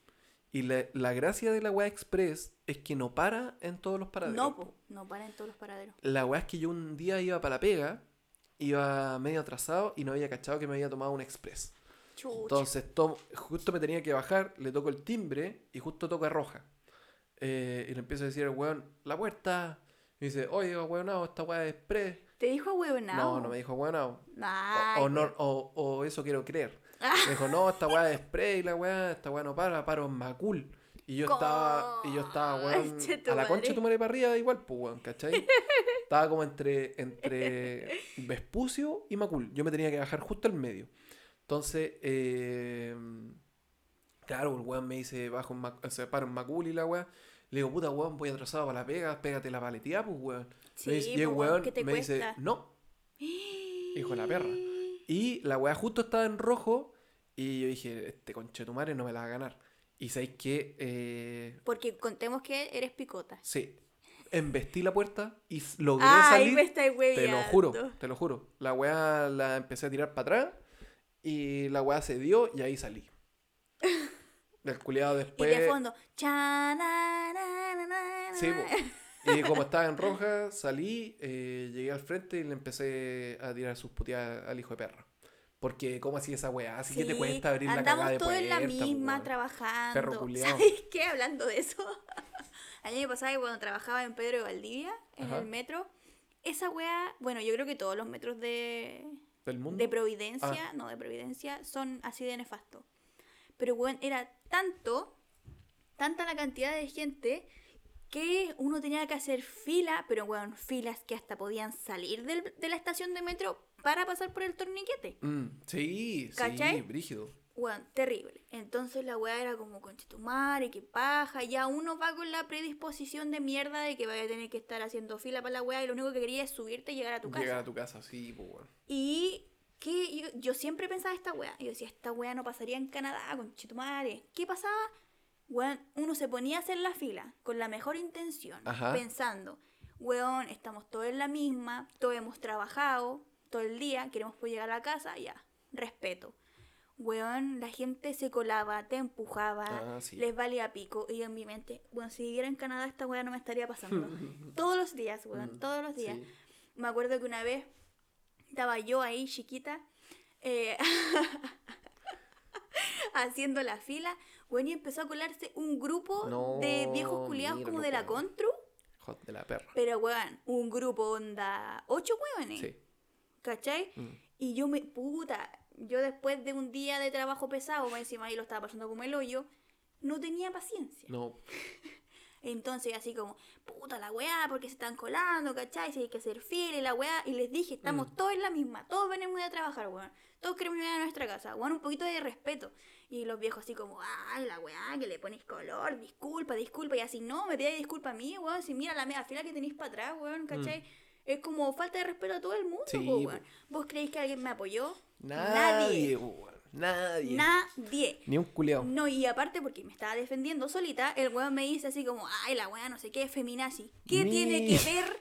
[SPEAKER 1] Y la, la gracia de la weá express es que no para en todos los paraderos.
[SPEAKER 2] No, po, no para en todos los paraderos.
[SPEAKER 1] La weá es que yo un día iba para la pega, iba medio atrasado y no había cachado que me había tomado un express.
[SPEAKER 2] Chucha.
[SPEAKER 1] Entonces, tomo- justo me tenía que bajar, le toco el timbre y justo toca roja. Eh, y le empiezo a decir al weón, la puerta. Y dice, oye, weonado, esta weá es express.
[SPEAKER 2] ¿Te dijo a
[SPEAKER 1] No, no me dijo weonado. O, o no- o- o eso quiero creer. Me dijo, no, esta weá es express y la weá, esta weá no para, paro en Macul. Y yo estaba, y yo estaba, weón,
[SPEAKER 2] Conche tu
[SPEAKER 1] a la concha
[SPEAKER 2] madre.
[SPEAKER 1] de tu madre para arriba, igual, pues, weón, ¿cachai? estaba como entre, entre Vespucio y Macul. Yo me tenía que bajar justo al medio. Entonces, eh, claro, el weón me dice, bajo en Mac- o sea, paro en Macul y la weá. Le digo, puta, weón, voy atrasado para la pega, pégate la paleteada, pues, weón. me dice, y
[SPEAKER 2] pues,
[SPEAKER 1] el weón me dice, no, Hijo de la perra. Y la weá justo estaba en rojo Y yo dije, este conchetumare no me la va a ganar. Y sabéis que. eh,
[SPEAKER 2] Porque contemos que eres picota.
[SPEAKER 1] sí, embestí la puerta y s- logré
[SPEAKER 2] Ay,
[SPEAKER 1] salir.
[SPEAKER 2] me estáis
[SPEAKER 1] Te lo
[SPEAKER 2] hueviando.
[SPEAKER 1] juro, te lo juro. La weá la empecé a tirar para atrás y la weá se dio y ahí salí. El culiado
[SPEAKER 2] Y
[SPEAKER 1] después.
[SPEAKER 2] de fondo. cha, na, na, na, na,
[SPEAKER 1] Sí,
[SPEAKER 2] na. Ah.
[SPEAKER 1] po. Y como estaba en roja, salí, eh, llegué al frente y le empecé a tirar sus puteadas al hijo de perra. Porque, ¿cómo así esa weá? Así que te
[SPEAKER 2] Sí,
[SPEAKER 1] cuesta abrir la
[SPEAKER 2] Andamos
[SPEAKER 1] cagada de
[SPEAKER 2] todos en la
[SPEAKER 1] puerta, po,
[SPEAKER 2] misma
[SPEAKER 1] weón.
[SPEAKER 2] trabajando.
[SPEAKER 1] Perro culiao.
[SPEAKER 2] ¿Sabes qué? Hablando de eso. A mí me pasaba que cuando trabajaba en Pedro de Valdivia, en
[SPEAKER 1] Ajá.
[SPEAKER 2] el metro, esa wea, bueno, yo creo que todos los metros de,
[SPEAKER 1] ¿Del mundo?
[SPEAKER 2] de Providencia,
[SPEAKER 1] Ah.
[SPEAKER 2] no, de Providencia, son así de nefasto. Pero bueno, era tanto, tanta la cantidad de gente que uno tenía que hacer fila, pero bueno, filas que hasta podían salir del- de la estación de metro para pasar por el torniquete.
[SPEAKER 1] Mm, sí, sí,
[SPEAKER 2] ¿Cachai?
[SPEAKER 1] brígido.
[SPEAKER 2] Weón, terrible. Entonces la weá era como conchetumare, que paja. Ya uno va con la predisposición de mierda de que vaya a tener que estar haciendo fila para la weá y lo único que quería es subirte y llegar a tu casa.
[SPEAKER 1] Llegar a tu casa, sí, pues weón.
[SPEAKER 2] Y que yo, yo siempre pensaba esta weá. Yo decía, esta weá no pasaría en Canadá, conchetumare. ¿Qué pasaba? Weón, uno se ponía a hacer la fila con la mejor intención,
[SPEAKER 1] Ajá.
[SPEAKER 2] pensando, weón, estamos todos en la misma, todos hemos trabajado todo el día, queremos poder llegar a la casa, ya, respeto. Weón, la gente se colaba, te empujaba,
[SPEAKER 1] Ah, sí.
[SPEAKER 2] les valía pico. Y yo en mi mente, weón, si viviera en Canadá, esta weá no me estaría pasando. todos los días, weón,
[SPEAKER 1] Mm,
[SPEAKER 2] todos los días.
[SPEAKER 1] Sí.
[SPEAKER 2] Me acuerdo que una vez estaba yo ahí chiquita eh, haciendo la fila, bueno, y empezó a colarse un grupo
[SPEAKER 1] No,
[SPEAKER 2] de viejos culiados
[SPEAKER 1] mira,
[SPEAKER 2] como
[SPEAKER 1] no
[SPEAKER 2] de la
[SPEAKER 1] puedo.
[SPEAKER 2] Contru,
[SPEAKER 1] Hot de la perra.
[SPEAKER 2] pero weón, un grupo onda, ocho hueones,
[SPEAKER 1] Sí.
[SPEAKER 2] ¿cachai?
[SPEAKER 1] Mm.
[SPEAKER 2] Y yo me, puta, yo después de un día de trabajo pesado, más encima ahí lo estaba pasando como el hoyo, no tenía paciencia.
[SPEAKER 1] No,
[SPEAKER 2] Entonces, así como, puta la weá, porque se están colando, ¿cachai? Si hay que ser fiel y la weá. Y les dije, estamos
[SPEAKER 1] Mm.
[SPEAKER 2] todos en la misma, todos venimos a trabajar, weón. Todos queremos ir a nuestra casa, weón, un poquito de respeto. Y los viejos así como, ay, la weá, que le pones color, disculpa, disculpa. Y así, no, me pidáis disculpa a mí, weón, si mira la media fila que tenéis para atrás, weón, ¿cachai? Es como falta de respeto a todo el mundo,
[SPEAKER 1] Mm. Sí,
[SPEAKER 2] po,
[SPEAKER 1] po.
[SPEAKER 2] weón. ¿Vos creéis que alguien me apoyó?
[SPEAKER 1] nadie, po, weón. Nadie.
[SPEAKER 2] Nadie.
[SPEAKER 1] Ni un culiao.
[SPEAKER 2] No, y aparte porque me estaba defendiendo solita, el weón me dice así como, ay, la weá no sé qué, feminazi. ¿Qué
[SPEAKER 1] Ni-
[SPEAKER 2] tiene que ver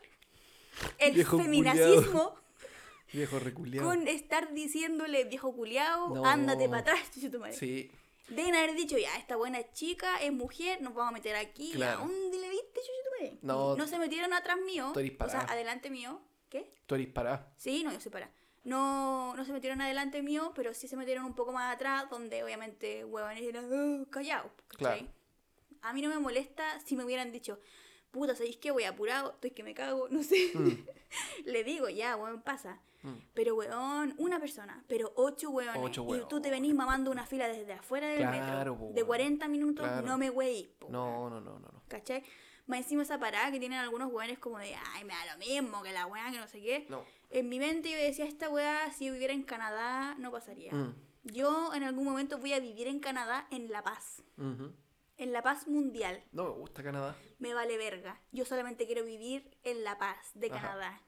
[SPEAKER 2] el
[SPEAKER 1] Viejo
[SPEAKER 2] feminazismo
[SPEAKER 1] Viejo reculiao.
[SPEAKER 2] con estar diciéndole, viejo culiao,
[SPEAKER 1] No.
[SPEAKER 2] ándate para atrás, chuche tu madre?
[SPEAKER 1] Sí,
[SPEAKER 2] Deben haber dicho, ya, esta buena es chica, es mujer, nos vamos a meter aquí.
[SPEAKER 1] Claro.
[SPEAKER 2] ¿A dónde le viste, chuche tu madre?
[SPEAKER 1] No.
[SPEAKER 2] se metieron atrás mío,
[SPEAKER 1] Tú eres
[SPEAKER 2] o sea,
[SPEAKER 1] pará.
[SPEAKER 2] adelante mío. ¿Qué?
[SPEAKER 1] tú eres pará.
[SPEAKER 2] Sí, no, yo sé para. No, no se metieron adelante mío, pero sí se metieron un poco más atrás, donde obviamente huevones eran "Ah, callados. ¿cachai?
[SPEAKER 1] Claro.
[SPEAKER 2] A mí no me molesta si me hubieran dicho, puta, ¿sabéis qué? Voy apurado, estoy que me cago, no sé.
[SPEAKER 1] Mm.
[SPEAKER 2] Le digo, ya, huevón, pasa.
[SPEAKER 1] Mm.
[SPEAKER 2] Pero huevón, una persona, pero ocho huevones.
[SPEAKER 1] Ocho
[SPEAKER 2] y tú te
[SPEAKER 1] hueones.
[SPEAKER 2] venís mamando una fila desde afuera del
[SPEAKER 1] Claro,
[SPEAKER 2] metro.
[SPEAKER 1] po,
[SPEAKER 2] de
[SPEAKER 1] hueón.
[SPEAKER 2] 40 minutos,
[SPEAKER 1] Claro.
[SPEAKER 2] no me hueís. po,
[SPEAKER 1] No, no, no, no, no.
[SPEAKER 2] ¿Cachai? Más encima esa parada que tienen algunos huevones como de, ay, me da lo mismo que la hueá, que no sé qué.
[SPEAKER 1] No.
[SPEAKER 2] En mi mente yo decía, esta weá, si yo viviera en Canadá, no pasaría.
[SPEAKER 1] Mm,
[SPEAKER 2] Yo en algún momento voy a vivir en Canadá en La Paz.
[SPEAKER 1] mhm.
[SPEAKER 2] En La Paz mundial.
[SPEAKER 1] No me gusta Canadá.
[SPEAKER 2] Me vale verga. Yo solamente quiero vivir en La Paz de
[SPEAKER 1] Ajá.
[SPEAKER 2] Canadá.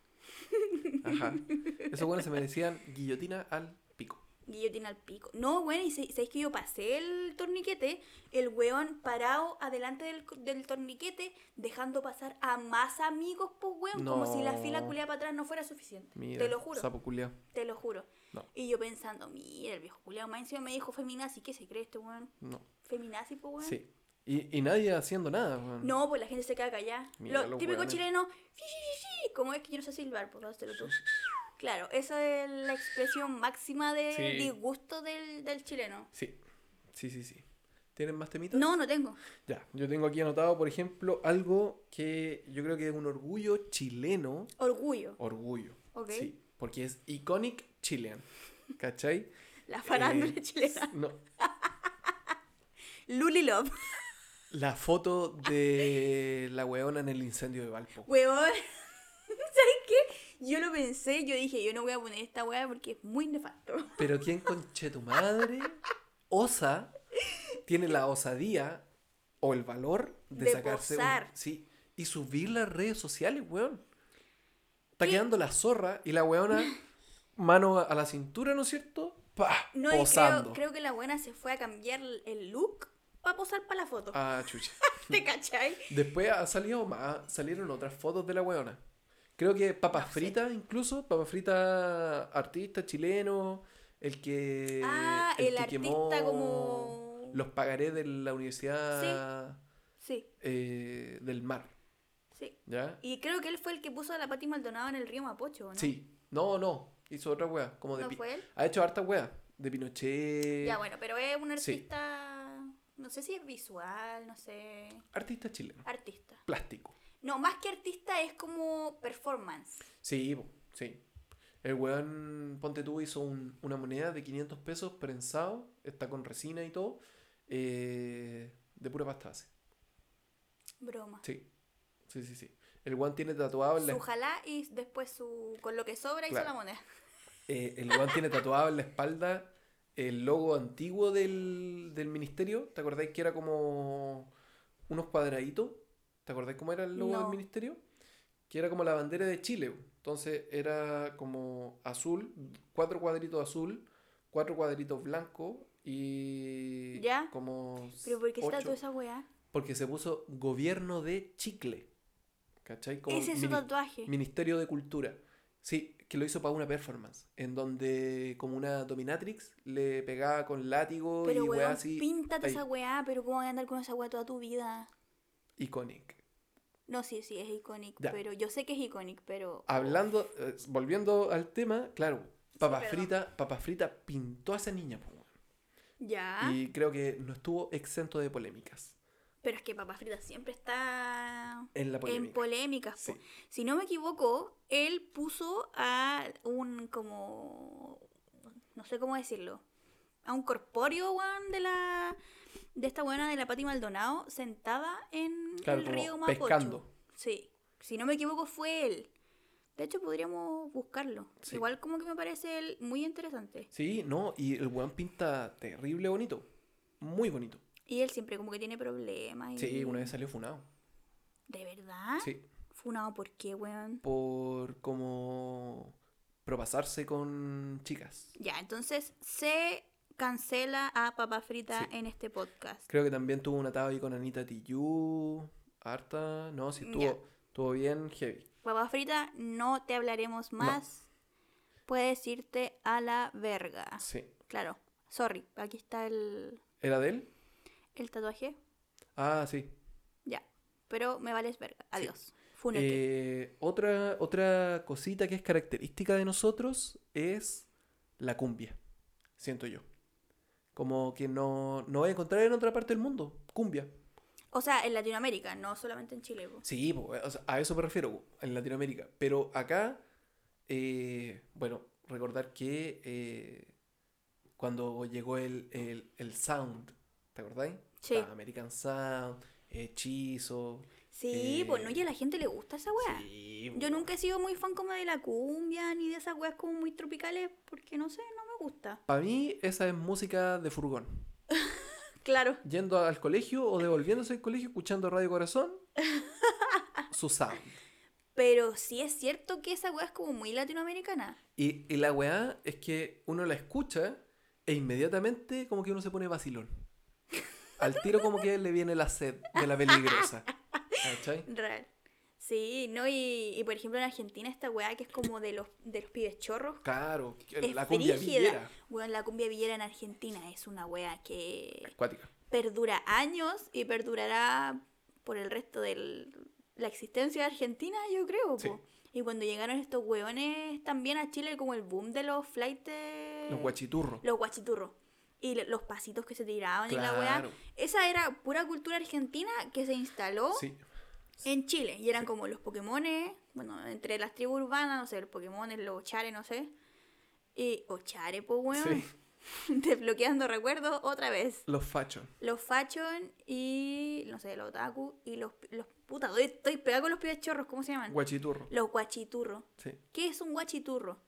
[SPEAKER 1] Ajá. Esos buenos se merecían guillotina al pico.
[SPEAKER 2] Guillotina al pico. No, bueno, y se- sabéis que yo pasé el torniquete, el weón parado adelante del, del torniquete, dejando pasar a más amigos, pues weón, como si la fila
[SPEAKER 1] No.
[SPEAKER 2] culea para atrás no fuera suficiente.
[SPEAKER 1] Mira,
[SPEAKER 2] te lo juro.
[SPEAKER 1] Sapo culiao.
[SPEAKER 2] Te lo juro.
[SPEAKER 1] No.
[SPEAKER 2] Y yo pensando, mira, el viejo culiao más encima me dijo feminazi, ¿qué se cree este weón?
[SPEAKER 1] No.
[SPEAKER 2] Feminazi, pues weón.
[SPEAKER 1] Sí. Y, y nadie haciendo nada, weón.
[SPEAKER 2] No, pues la gente se queda callada.
[SPEAKER 1] Mira
[SPEAKER 2] Lo
[SPEAKER 1] los
[SPEAKER 2] típico
[SPEAKER 1] weones.
[SPEAKER 2] chileno, "Sí, sí, sí, sí", como es que yo no sé silbar, pues hazlo tú. Claro, esa es la expresión máxima de
[SPEAKER 1] Sí.
[SPEAKER 2] disgusto del, del chileno.
[SPEAKER 1] Sí. Sí, sí, sí. ¿Tienen más temitas?
[SPEAKER 2] No, no tengo.
[SPEAKER 1] Ya. Yo tengo aquí anotado, por ejemplo, algo que yo creo que es un orgullo chileno.
[SPEAKER 2] Orgullo.
[SPEAKER 1] Orgullo.
[SPEAKER 2] Ok.
[SPEAKER 1] Sí. Porque es iconic chilean. ¿Cachai?
[SPEAKER 2] La farándula
[SPEAKER 1] Eh,
[SPEAKER 2] chilena.
[SPEAKER 1] No.
[SPEAKER 2] Luli Love.
[SPEAKER 1] La foto de la weona en el incendio de Valpo.
[SPEAKER 2] Weón. ¿Sabes qué? Yo lo pensé, yo dije, yo no voy a poner esta weá porque es muy nefasto.
[SPEAKER 1] Pero ¿quién conche tu madre osa, tiene la osadía o el valor de,
[SPEAKER 2] De
[SPEAKER 1] sacarse un-
[SPEAKER 2] posar.
[SPEAKER 1] sí, y subir las redes sociales, weón? Está quedando la zorra y la weona mano a la cintura, ¿no es cierto? pa,
[SPEAKER 2] No, y
[SPEAKER 1] posando.
[SPEAKER 2] creo, creo que la buena se fue a cambiar el look para posar para la foto.
[SPEAKER 1] Ah, chucha.
[SPEAKER 2] ¿Te cachai?
[SPEAKER 1] Después ha salido más, salieron otras fotos de la weona. Creo que papas
[SPEAKER 2] No sé.
[SPEAKER 1] fritas incluso, papas fritas artista chileno, el que
[SPEAKER 2] ah, el,
[SPEAKER 1] que
[SPEAKER 2] artista como...
[SPEAKER 1] los pagaré de la universidad
[SPEAKER 2] Sí,
[SPEAKER 1] eh, del mar,
[SPEAKER 2] sí.
[SPEAKER 1] ¿ya?
[SPEAKER 2] Y creo que él fue el que puso a la Pati Maldonado en el río Mapocho, ¿no?
[SPEAKER 1] Sí. No, no, hizo otra wea, como de
[SPEAKER 2] ¿No
[SPEAKER 1] pi-
[SPEAKER 2] fue él?
[SPEAKER 1] ha hecho harta wea de Pinochet,
[SPEAKER 2] Ya, bueno, pero es un
[SPEAKER 1] sí.
[SPEAKER 2] artista... No sé si es visual, no sé...
[SPEAKER 1] artista chileno,
[SPEAKER 2] Artista.
[SPEAKER 1] plástico.
[SPEAKER 2] No, más que artista es como performance.
[SPEAKER 1] Sí, po, sí. El weón, ponte tú, hizo un- una moneda de 500 pesos prensado, está con resina y todo, eh, de pura pasta base.
[SPEAKER 2] Broma.
[SPEAKER 1] Sí, sí, sí, sí. El weón tiene tatuado en la,
[SPEAKER 2] Su jalá y después su con lo que sobra hizo
[SPEAKER 1] Claro.
[SPEAKER 2] la moneda.
[SPEAKER 1] eh, el weón tiene tatuado en la espalda el logo antiguo del, del ministerio. ¿Te acordáis que era como unos cuadraditos? ¿Te acordáis cómo era el logo del
[SPEAKER 2] No.
[SPEAKER 1] ministerio? Que era como la bandera de Chile. po. Entonces era como azul, cuatro cuadritos azul, cuatro cuadritos blanco y
[SPEAKER 2] ¿Ya?
[SPEAKER 1] como
[SPEAKER 2] Pero ¿por qué se
[SPEAKER 1] ocho.
[SPEAKER 2] tatuó esa weá?
[SPEAKER 1] Porque se puso gobierno de chicle. ¿Cachai? Como
[SPEAKER 2] Ese es su
[SPEAKER 1] mini-
[SPEAKER 2] tatuaje.
[SPEAKER 1] Ministerio de Cultura. Sí, que lo hizo para una performance, en donde como una dominatrix le pegaba con látigo
[SPEAKER 2] Pero
[SPEAKER 1] y weá
[SPEAKER 2] weón,
[SPEAKER 1] así.
[SPEAKER 2] píntate
[SPEAKER 1] ahí,
[SPEAKER 2] esa weá, pero ¿cómo vas a andar con esa weá toda tu vida?
[SPEAKER 1] iconic.
[SPEAKER 2] No, sí, sí, es icónico,
[SPEAKER 1] Ya.
[SPEAKER 2] pero yo sé que es icónico, pero...
[SPEAKER 1] Hablando, eh, volviendo al tema, claro, papas
[SPEAKER 2] perdón.
[SPEAKER 1] frita, papas frita pintó a esa niña, po, weón.
[SPEAKER 2] Ya,
[SPEAKER 1] y creo que no estuvo exento de polémicas.
[SPEAKER 2] pero es que Papas Fritas siempre está
[SPEAKER 1] En la polémica.
[SPEAKER 2] en polémicas.
[SPEAKER 1] Sí.
[SPEAKER 2] po. Si no me equivoco, él puso a un como... No sé cómo decirlo. A un corpóreo, weón, de la... De esta buena de la Pati Maldonado, sentada en
[SPEAKER 1] Claro,
[SPEAKER 2] el
[SPEAKER 1] como
[SPEAKER 2] río Mapocho.
[SPEAKER 1] pescando.
[SPEAKER 2] Sí. Si no me equivoco, fue él. De hecho, podríamos buscarlo.
[SPEAKER 1] Sí.
[SPEAKER 2] Igual como que me parece él muy interesante.
[SPEAKER 1] Sí, no, y el weón pinta terrible bonito. Muy bonito.
[SPEAKER 2] Y él siempre como que tiene problemas. Y...
[SPEAKER 1] Sí, una vez salió funado.
[SPEAKER 2] ¿De verdad?
[SPEAKER 1] Sí.
[SPEAKER 2] Funado, ¿por qué, weón?
[SPEAKER 1] por como propasarse con chicas.
[SPEAKER 2] Ya, entonces se cancela a Papa Frita
[SPEAKER 1] Sí.
[SPEAKER 2] en este podcast.
[SPEAKER 1] Creo que también tuvo un atado ahí con Anita Tijoux, harta, no, sí,
[SPEAKER 2] Ya.
[SPEAKER 1] estuvo, estuvo bien heavy.
[SPEAKER 2] Papa Frita, no te hablaremos más. Puedes irte a la verga.
[SPEAKER 1] Sí.
[SPEAKER 2] Claro, sorry, aquí está el,
[SPEAKER 1] ¿Era de él?
[SPEAKER 2] el tatuaje.
[SPEAKER 1] Ah, sí.
[SPEAKER 2] Ya, pero me vales verga. Adiós. Fúnete.
[SPEAKER 1] Eh, otra, otra cosita que es característica de nosotros es la cumbia, siento yo. Como que no, no voy a encontrar en otra parte del mundo, cumbia.
[SPEAKER 2] O sea, en Latinoamérica, no solamente en Chile. po.
[SPEAKER 1] Sí, po, eh, o sea, a eso me refiero, po, en Latinoamérica. Pero acá, eh, bueno, recordar que eh, cuando llegó el, el, el sound, ¿te acordáis?
[SPEAKER 2] Sí.
[SPEAKER 1] Estaba American Sound, Hechizo.
[SPEAKER 2] Sí,
[SPEAKER 1] Eh,
[SPEAKER 2] pues no, y a la gente le gusta esa weá.
[SPEAKER 1] Sí, po.
[SPEAKER 2] Yo nunca he sido muy fan como de la cumbia ni de esas weas como muy tropicales porque no sé, no me gusta.
[SPEAKER 1] Para mí, esa es música de furgón.
[SPEAKER 2] Claro.
[SPEAKER 1] Yendo al colegio o devolviéndose al colegio escuchando Radio Corazón, su sound.
[SPEAKER 2] Pero sí es cierto que esa weá es como muy latinoamericana.
[SPEAKER 1] Y, y la weá es que uno la escucha e inmediatamente como que uno se pone vacilón. Al tiro como que le viene la sed de la peligrosa. ¿Cachai?
[SPEAKER 2] Real. Sí, ¿no? Y, y por ejemplo en Argentina esta weá que es como de los, de los pibes chorros.
[SPEAKER 1] Claro, que
[SPEAKER 2] Es
[SPEAKER 1] la cumbia
[SPEAKER 2] brígida.
[SPEAKER 1] villera.
[SPEAKER 2] Weón, la cumbia villera en Argentina es una weá que
[SPEAKER 1] Acuática.
[SPEAKER 2] perdura años y perdurará por el resto de la existencia de Argentina, yo creo.
[SPEAKER 1] Sí.
[SPEAKER 2] po. Y cuando llegaron estos weones también a Chile, como el boom de los flightes.
[SPEAKER 1] Los guachiturros.
[SPEAKER 2] los guachiturros y lo- los pasitos que se tiraban y la
[SPEAKER 1] Claro.
[SPEAKER 2] weá. Esa era pura cultura argentina que se instaló
[SPEAKER 1] Sí.
[SPEAKER 2] en Chile. Y eran como los Pokémones, bueno, entre las tribus urbanas, no sé, los Pokémones, los Ochare, no sé. Y Ochare, pues weón.
[SPEAKER 1] Sí.
[SPEAKER 2] Desbloqueando recuerdos otra vez.
[SPEAKER 1] Los fachos.
[SPEAKER 2] Los Fashion y, no sé, los Otaku y los, los puta, doy- estoy pegado con los pibes chorros, ¿cómo se llaman?
[SPEAKER 1] Guachiturro.
[SPEAKER 2] Los guachiturros.
[SPEAKER 1] Sí.
[SPEAKER 2] ¿Qué es un guachiturro?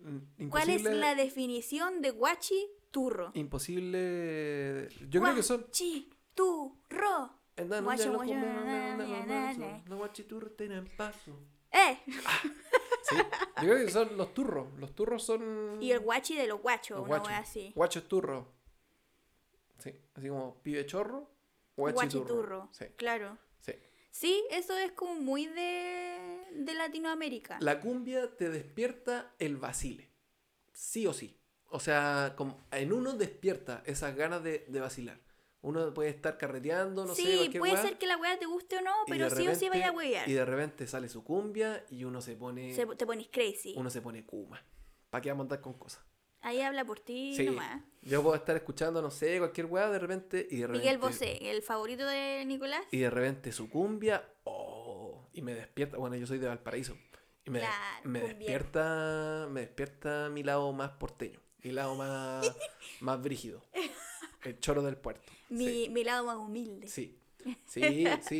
[SPEAKER 1] Mm,
[SPEAKER 2] ¿Cuál es
[SPEAKER 1] imposible-
[SPEAKER 2] la definición de guachiturro?
[SPEAKER 1] Imposible. Yo creo que son.
[SPEAKER 2] Guachi, tu, ro.
[SPEAKER 1] Andan,
[SPEAKER 2] Guacho,
[SPEAKER 1] andan,
[SPEAKER 2] guacho,
[SPEAKER 1] andan,
[SPEAKER 2] na, na,
[SPEAKER 1] andan,
[SPEAKER 2] na,
[SPEAKER 1] andan,
[SPEAKER 2] na,
[SPEAKER 1] andan, Los guachiturros tienen paso.
[SPEAKER 2] ¡Eh!
[SPEAKER 1] Sí. Yo creo que son los turros. Los turros son.
[SPEAKER 2] Y el guachi de los guachos,
[SPEAKER 1] los
[SPEAKER 2] una
[SPEAKER 1] guachos.
[SPEAKER 2] wea así.
[SPEAKER 1] Guachos turros. Sí. Así como pibe chorro, guachiturro.
[SPEAKER 2] Guachiturro.
[SPEAKER 1] Sí.
[SPEAKER 2] Claro.
[SPEAKER 1] sí.
[SPEAKER 2] Sí, eso es como muy de, de Latinoamérica.
[SPEAKER 1] La cumbia te despierta el vacile. Sí o sí. O sea, como en uno despierta esas ganas de, de vacilar. Uno puede estar carreteando, no sé,
[SPEAKER 2] sí,
[SPEAKER 1] cualquier
[SPEAKER 2] puede
[SPEAKER 1] weá,
[SPEAKER 2] ser que la weá te guste o no,
[SPEAKER 1] y
[SPEAKER 2] pero
[SPEAKER 1] de
[SPEAKER 2] sí o sí vaya a
[SPEAKER 1] repente-
[SPEAKER 2] huevear.
[SPEAKER 1] Y de repente sale su cumbia y uno se pone.
[SPEAKER 2] Se- Te pones crazy.
[SPEAKER 1] Uno se pone Kuma. ¿Para qué vamos a andar con cosas?
[SPEAKER 2] Ahí habla por ti
[SPEAKER 1] Sí.
[SPEAKER 2] nomás.
[SPEAKER 1] Yo puedo estar escuchando, no sé, cualquier weá de repente y de repente.
[SPEAKER 2] Miguel Bosé, el favorito de Nicolás.
[SPEAKER 1] Y de repente su cumbia, oh, y me despierta, bueno, yo soy de Valparaíso, y me, des-
[SPEAKER 2] Claro,
[SPEAKER 1] me
[SPEAKER 2] cumbiero.
[SPEAKER 1] despierta, me despierta mi lado más porteño, mi lado más, más brígido, el choro del puerto.
[SPEAKER 2] Mi,
[SPEAKER 1] Sí,
[SPEAKER 2] mi lado más humilde. Sí,
[SPEAKER 1] sí, sí, sí.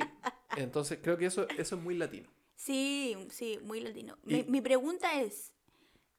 [SPEAKER 1] Entonces creo que eso, eso es muy latino.
[SPEAKER 2] sí, muy latino.
[SPEAKER 1] Y-
[SPEAKER 2] Mi, mi pregunta es,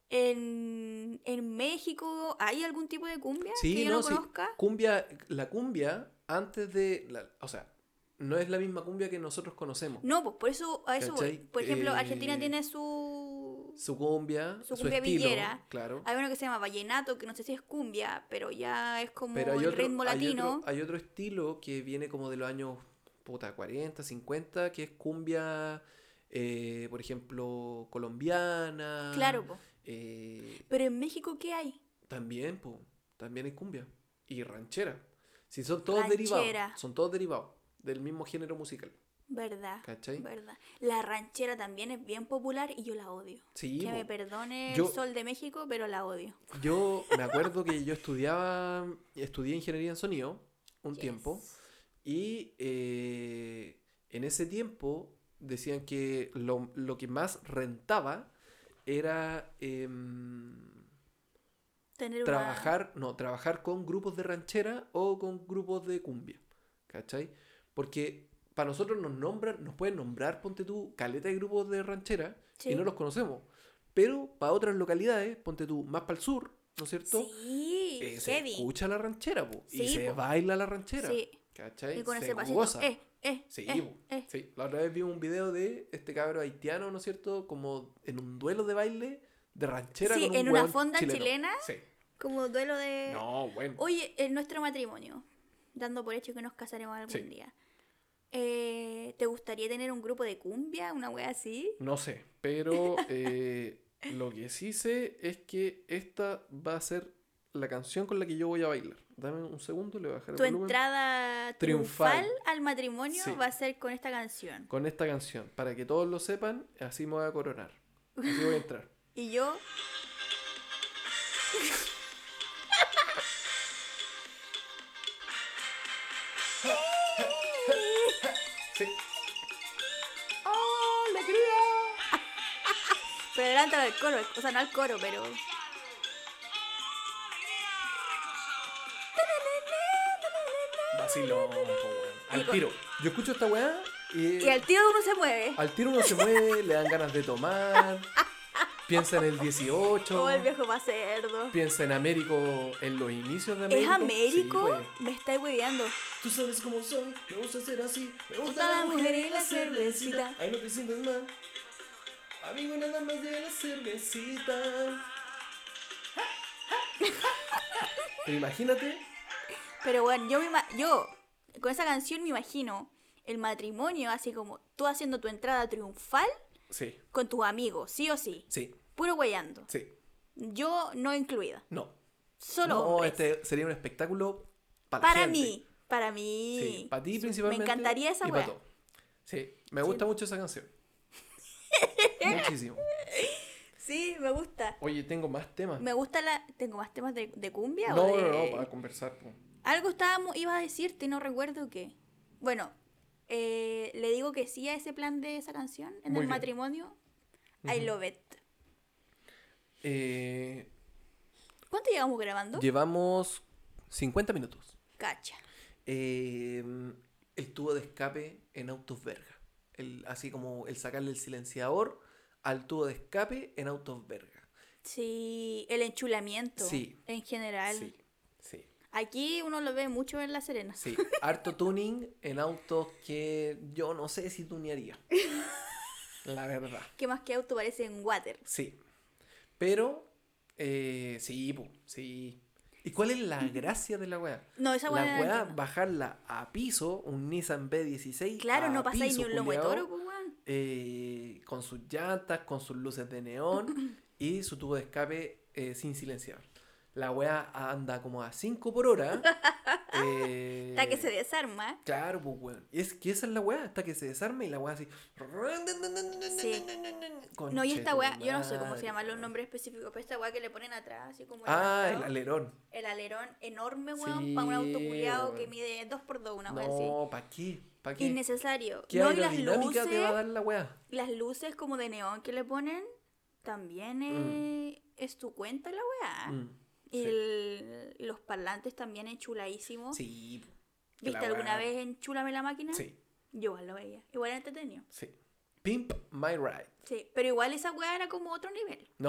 [SPEAKER 2] ¿en, ¿en México hay algún tipo de cumbia
[SPEAKER 1] Sí,
[SPEAKER 2] que yo
[SPEAKER 1] no,
[SPEAKER 2] no,
[SPEAKER 1] sí.
[SPEAKER 2] conozca?
[SPEAKER 1] Cumbia, la cumbia antes de, la- o sea, no es la misma cumbia que nosotros conocemos.
[SPEAKER 2] No, pues por eso a eso voy.
[SPEAKER 1] ¿Cachai?
[SPEAKER 2] Por ejemplo, Argentina
[SPEAKER 1] Eh,
[SPEAKER 2] tiene su...
[SPEAKER 1] Su cumbia, su,
[SPEAKER 2] Su cumbia
[SPEAKER 1] estilo,
[SPEAKER 2] villera.
[SPEAKER 1] claro.
[SPEAKER 2] Hay uno que se llama vallenato, que no sé si es cumbia, pero ya es como
[SPEAKER 1] Pero hay
[SPEAKER 2] el
[SPEAKER 1] otro,
[SPEAKER 2] ritmo
[SPEAKER 1] hay otro-
[SPEAKER 2] latino.
[SPEAKER 1] hay otro estilo que viene como de los años puta, 40, 50, que es cumbia, eh, por ejemplo, colombiana.
[SPEAKER 2] Claro, po.
[SPEAKER 1] eh,
[SPEAKER 2] pero en México, ¿qué hay?
[SPEAKER 1] también, po, también hay cumbia. Y ranchera. Si son todos derivados.
[SPEAKER 2] Ranchera.
[SPEAKER 1] Son todos derivados del mismo género musical.
[SPEAKER 2] ¿Verdad?
[SPEAKER 1] ¿Cachai?
[SPEAKER 2] ¿Verdad? La ranchera también es bien popular y yo la odio.
[SPEAKER 1] Sí,
[SPEAKER 2] que
[SPEAKER 1] po.
[SPEAKER 2] me perdone
[SPEAKER 1] Yo-
[SPEAKER 2] el sol de México, pero la odio.
[SPEAKER 1] yo me acuerdo que yo estudiaba, estudié ingeniería en sonido un
[SPEAKER 2] Yes.
[SPEAKER 1] tiempo. Y eh, en ese tiempo decían que lo, lo que más rentaba era em,
[SPEAKER 2] Tener una-
[SPEAKER 1] trabajar, no, trabajar con grupos de ranchera o con grupos de cumbia. ¿Cachai? Porque para nosotros nos nombran, nos pueden nombrar, ponte tú, caleta de grupos de ranchera y
[SPEAKER 2] Sí.
[SPEAKER 1] no los conocemos. Pero para otras localidades, ponte tú, más para el sur, ¿no es cierto?
[SPEAKER 2] Sí,
[SPEAKER 1] Eh, se
[SPEAKER 2] heavy.
[SPEAKER 1] escucha la ranchera, po, y
[SPEAKER 2] Sí,
[SPEAKER 1] se
[SPEAKER 2] po.
[SPEAKER 1] baila la ranchera.
[SPEAKER 2] Sí.
[SPEAKER 1] ¿Cachai?
[SPEAKER 2] Y con
[SPEAKER 1] Se
[SPEAKER 2] ese
[SPEAKER 1] goza.
[SPEAKER 2] pasito. Eh, eh,
[SPEAKER 1] Sí,
[SPEAKER 2] eh,
[SPEAKER 1] po.
[SPEAKER 2] eh.
[SPEAKER 1] sí, la otra vez vi un video de este cabro haitiano, ¿no es cierto? Como en un duelo de baile de ranchera.
[SPEAKER 2] Sí,
[SPEAKER 1] con un
[SPEAKER 2] en una
[SPEAKER 1] hueón
[SPEAKER 2] fonda
[SPEAKER 1] chileno.
[SPEAKER 2] chilena. Oh.
[SPEAKER 1] Sí.
[SPEAKER 2] Como duelo de.
[SPEAKER 1] No, bueno.
[SPEAKER 2] Oye, en nuestro matrimonio, dando por hecho que nos casaremos algún
[SPEAKER 1] Sí.
[SPEAKER 2] día, eh, ¿te gustaría tener un grupo de cumbia, una wea así?
[SPEAKER 1] No sé, pero eh, lo que sí sé es que esta va a ser la canción con la que yo voy a bailar. Dame un segundo, le voy a bajar el
[SPEAKER 2] Tu
[SPEAKER 1] volumen.
[SPEAKER 2] entrada
[SPEAKER 1] Triunfal.
[SPEAKER 2] triunfal, al matrimonio
[SPEAKER 1] Sí.
[SPEAKER 2] va a ser con esta canción.
[SPEAKER 1] Con esta canción, para que todos lo sepan, así me voy a coronar. Así voy a entrar.
[SPEAKER 2] Y yo.
[SPEAKER 1] Sí. ¡Oh, alegría!
[SPEAKER 2] Pero adelántame al coro, o sea, no al coro, pero.
[SPEAKER 1] Vacilón, po, weón. Al
[SPEAKER 2] Nico.
[SPEAKER 1] tiro. Yo escucho esta weá y,
[SPEAKER 2] Y al tiro uno se mueve.
[SPEAKER 1] al tiro uno se mueve, le dan ganas de tomar, piensa en el 18,
[SPEAKER 2] Como Oh, el viejo más cerdo.
[SPEAKER 1] piensa en Américo, en los inicios de Américo.
[SPEAKER 2] ¿Es Américo?
[SPEAKER 1] Sí, pues.
[SPEAKER 2] Me estáis hueveando.
[SPEAKER 1] Tú sabes cómo soy, me gusta ser así, me gusta
[SPEAKER 2] Gusta
[SPEAKER 1] la
[SPEAKER 2] la
[SPEAKER 1] mujer y la
[SPEAKER 2] cervecita.
[SPEAKER 1] cervecita. Ahí no te sientes mal. Amigo, nada más de la cervecita. Pero imagínate,
[SPEAKER 2] Pero bueno, yo, me ima- yo con esa canción me imagino el matrimonio así como tú haciendo tu entrada triunfal
[SPEAKER 1] sí,
[SPEAKER 2] con tus amigos, sí o sí.
[SPEAKER 1] sí,
[SPEAKER 2] Puro guayando.
[SPEAKER 1] sí,
[SPEAKER 2] Yo no incluida.
[SPEAKER 1] no.
[SPEAKER 2] Solo
[SPEAKER 1] no,
[SPEAKER 2] hombres.
[SPEAKER 1] este sería un espectáculo para,
[SPEAKER 2] para
[SPEAKER 1] gente.
[SPEAKER 2] mí. Para mí.
[SPEAKER 1] Sí, para ti principalmente.
[SPEAKER 2] Me encantaría esa
[SPEAKER 1] y pa'
[SPEAKER 2] weá.
[SPEAKER 1] todo. Sí, me gusta mucho esa canción. Muchísimo.
[SPEAKER 2] Sí, me gusta.
[SPEAKER 1] Oye, tengo más temas.
[SPEAKER 2] Me gusta la. ¿Tengo más temas de, de cumbia?
[SPEAKER 1] No,
[SPEAKER 2] o
[SPEAKER 1] no,
[SPEAKER 2] de...
[SPEAKER 1] no, para conversar. po.
[SPEAKER 2] Algo estábamos, iba a decirte, no recuerdo qué. Bueno, eh, le digo que sí a ese plan de esa canción en
[SPEAKER 1] Muy
[SPEAKER 2] el
[SPEAKER 1] bien.
[SPEAKER 2] matrimonio. I love it.
[SPEAKER 1] Eh,
[SPEAKER 2] ¿Cuánto llevamos grabando?
[SPEAKER 1] llevamos 50 minutos.
[SPEAKER 2] Cacha.
[SPEAKER 1] Eh, el tubo de escape en autos verga. El, así como el sacarle el silenciador al tubo de escape en autos verga.
[SPEAKER 2] Sí, el enchulamiento.
[SPEAKER 1] Sí.
[SPEAKER 2] En general.
[SPEAKER 1] Sí, sí.
[SPEAKER 2] Aquí uno lo ve mucho en La Serena.
[SPEAKER 1] Sí, harto tuning en autos que yo no sé si tunearía. La verdad.
[SPEAKER 2] Que más que auto parece en water.
[SPEAKER 1] Sí. Pero, eh, sí, po, sí. ¿Y cuál es la gracia de la weá?
[SPEAKER 2] No, esa weá.
[SPEAKER 1] la
[SPEAKER 2] no
[SPEAKER 1] weá,
[SPEAKER 2] entiendo.
[SPEAKER 1] bajarla a piso, un Nissan B16.
[SPEAKER 2] Claro,
[SPEAKER 1] a
[SPEAKER 2] no pasáis ni
[SPEAKER 1] piso,
[SPEAKER 2] un lomo de
[SPEAKER 1] culiao,
[SPEAKER 2] toro, pues, weón.
[SPEAKER 1] eh, con sus llantas, con sus luces de neón y su tubo de escape eh, sin silenciar. La weá anda como a 5 por hora. eh,
[SPEAKER 2] Está que se desarma.
[SPEAKER 1] Claro, pues, weón. Y es que esa es la weá, hasta que se desarme y la weá así.
[SPEAKER 2] Sí.
[SPEAKER 1] Conche
[SPEAKER 2] No, y esta
[SPEAKER 1] tu
[SPEAKER 2] weá, yo no sé cómo
[SPEAKER 1] madre,
[SPEAKER 2] se llaman los
[SPEAKER 1] weón.
[SPEAKER 2] nombres específicos, pero esta weá que le ponen atrás, así como.
[SPEAKER 1] Ah, el
[SPEAKER 2] levantado.
[SPEAKER 1] alerón.
[SPEAKER 2] El alerón enorme, weón, para un
[SPEAKER 1] Sí,
[SPEAKER 2] auto culiado
[SPEAKER 1] weón.
[SPEAKER 2] que mide 2x2, una weá
[SPEAKER 1] No, ¿pa' qué? ¿Pa'
[SPEAKER 2] así.
[SPEAKER 1] qué?
[SPEAKER 2] Innecesario.
[SPEAKER 1] ¿Qué
[SPEAKER 2] no, y las
[SPEAKER 1] aerodinámica
[SPEAKER 2] luces,
[SPEAKER 1] te va a dar la weá?
[SPEAKER 2] las luces como de neón que le ponen, también
[SPEAKER 1] Mm.
[SPEAKER 2] eh, es tu cuenta la weá.
[SPEAKER 1] Mm,
[SPEAKER 2] Y
[SPEAKER 1] sí.
[SPEAKER 2] el- los parlantes también enchuladísimos.
[SPEAKER 1] Sí. que la
[SPEAKER 2] ¿Viste alguna
[SPEAKER 1] weá-
[SPEAKER 2] vez enchulame la máquina?
[SPEAKER 1] Sí,
[SPEAKER 2] Yo igual lo veía. Igual era entretenido.
[SPEAKER 1] sí. Pimp My Ride.
[SPEAKER 2] Sí, pero igual esa weá era como otro nivel.
[SPEAKER 1] No,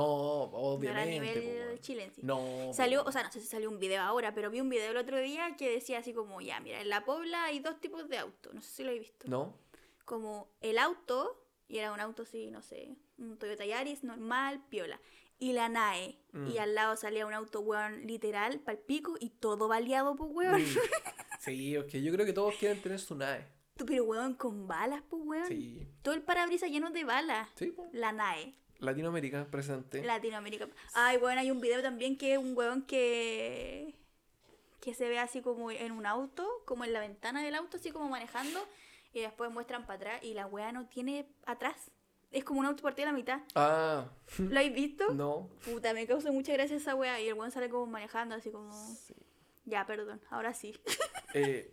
[SPEAKER 2] No era
[SPEAKER 1] obviamente. po,
[SPEAKER 2] nivel
[SPEAKER 1] weón.
[SPEAKER 2] chilense.
[SPEAKER 1] No. po,
[SPEAKER 2] Salió,
[SPEAKER 1] weón.
[SPEAKER 2] o sea, no sé si salió un video ahora, pero vi un video el otro día que decía así como, ya, mira, en la Pobla hay dos tipos de autos, no sé si lo he visto.
[SPEAKER 1] No.
[SPEAKER 2] Como el auto, y era un auto así, no sé, un Toyota Yaris normal, piola. Y la NAE, y
[SPEAKER 1] Mm.
[SPEAKER 2] al lado salía un auto, weón, literal, pal pico, y todo baleado, pues, weón.
[SPEAKER 1] Mm. Sí, es que yo creo que todos quieren tener su nave.
[SPEAKER 2] Tú, Pero, weón, con balas, pues, weón.
[SPEAKER 1] Sí.
[SPEAKER 2] Todo el parabrisas lleno de balas.
[SPEAKER 1] Sí, po.
[SPEAKER 2] La NAE.
[SPEAKER 1] Latinoamérica presente.
[SPEAKER 2] Latinoamérica. Ay, bueno, hay un video también que es un huevón que que se ve así como en un auto, como en la ventana del auto, así como manejando, y después muestran para atrás y la wea no tiene atrás. Es como un auto partido a la mitad.
[SPEAKER 1] Ah,
[SPEAKER 2] ¿Lo habéis visto?
[SPEAKER 1] no.
[SPEAKER 2] Puta, me causa mucha gracia esa wea y el weón sale como manejando, así como...
[SPEAKER 1] Sí.
[SPEAKER 2] Ya, perdón, ahora sí.
[SPEAKER 1] Eh,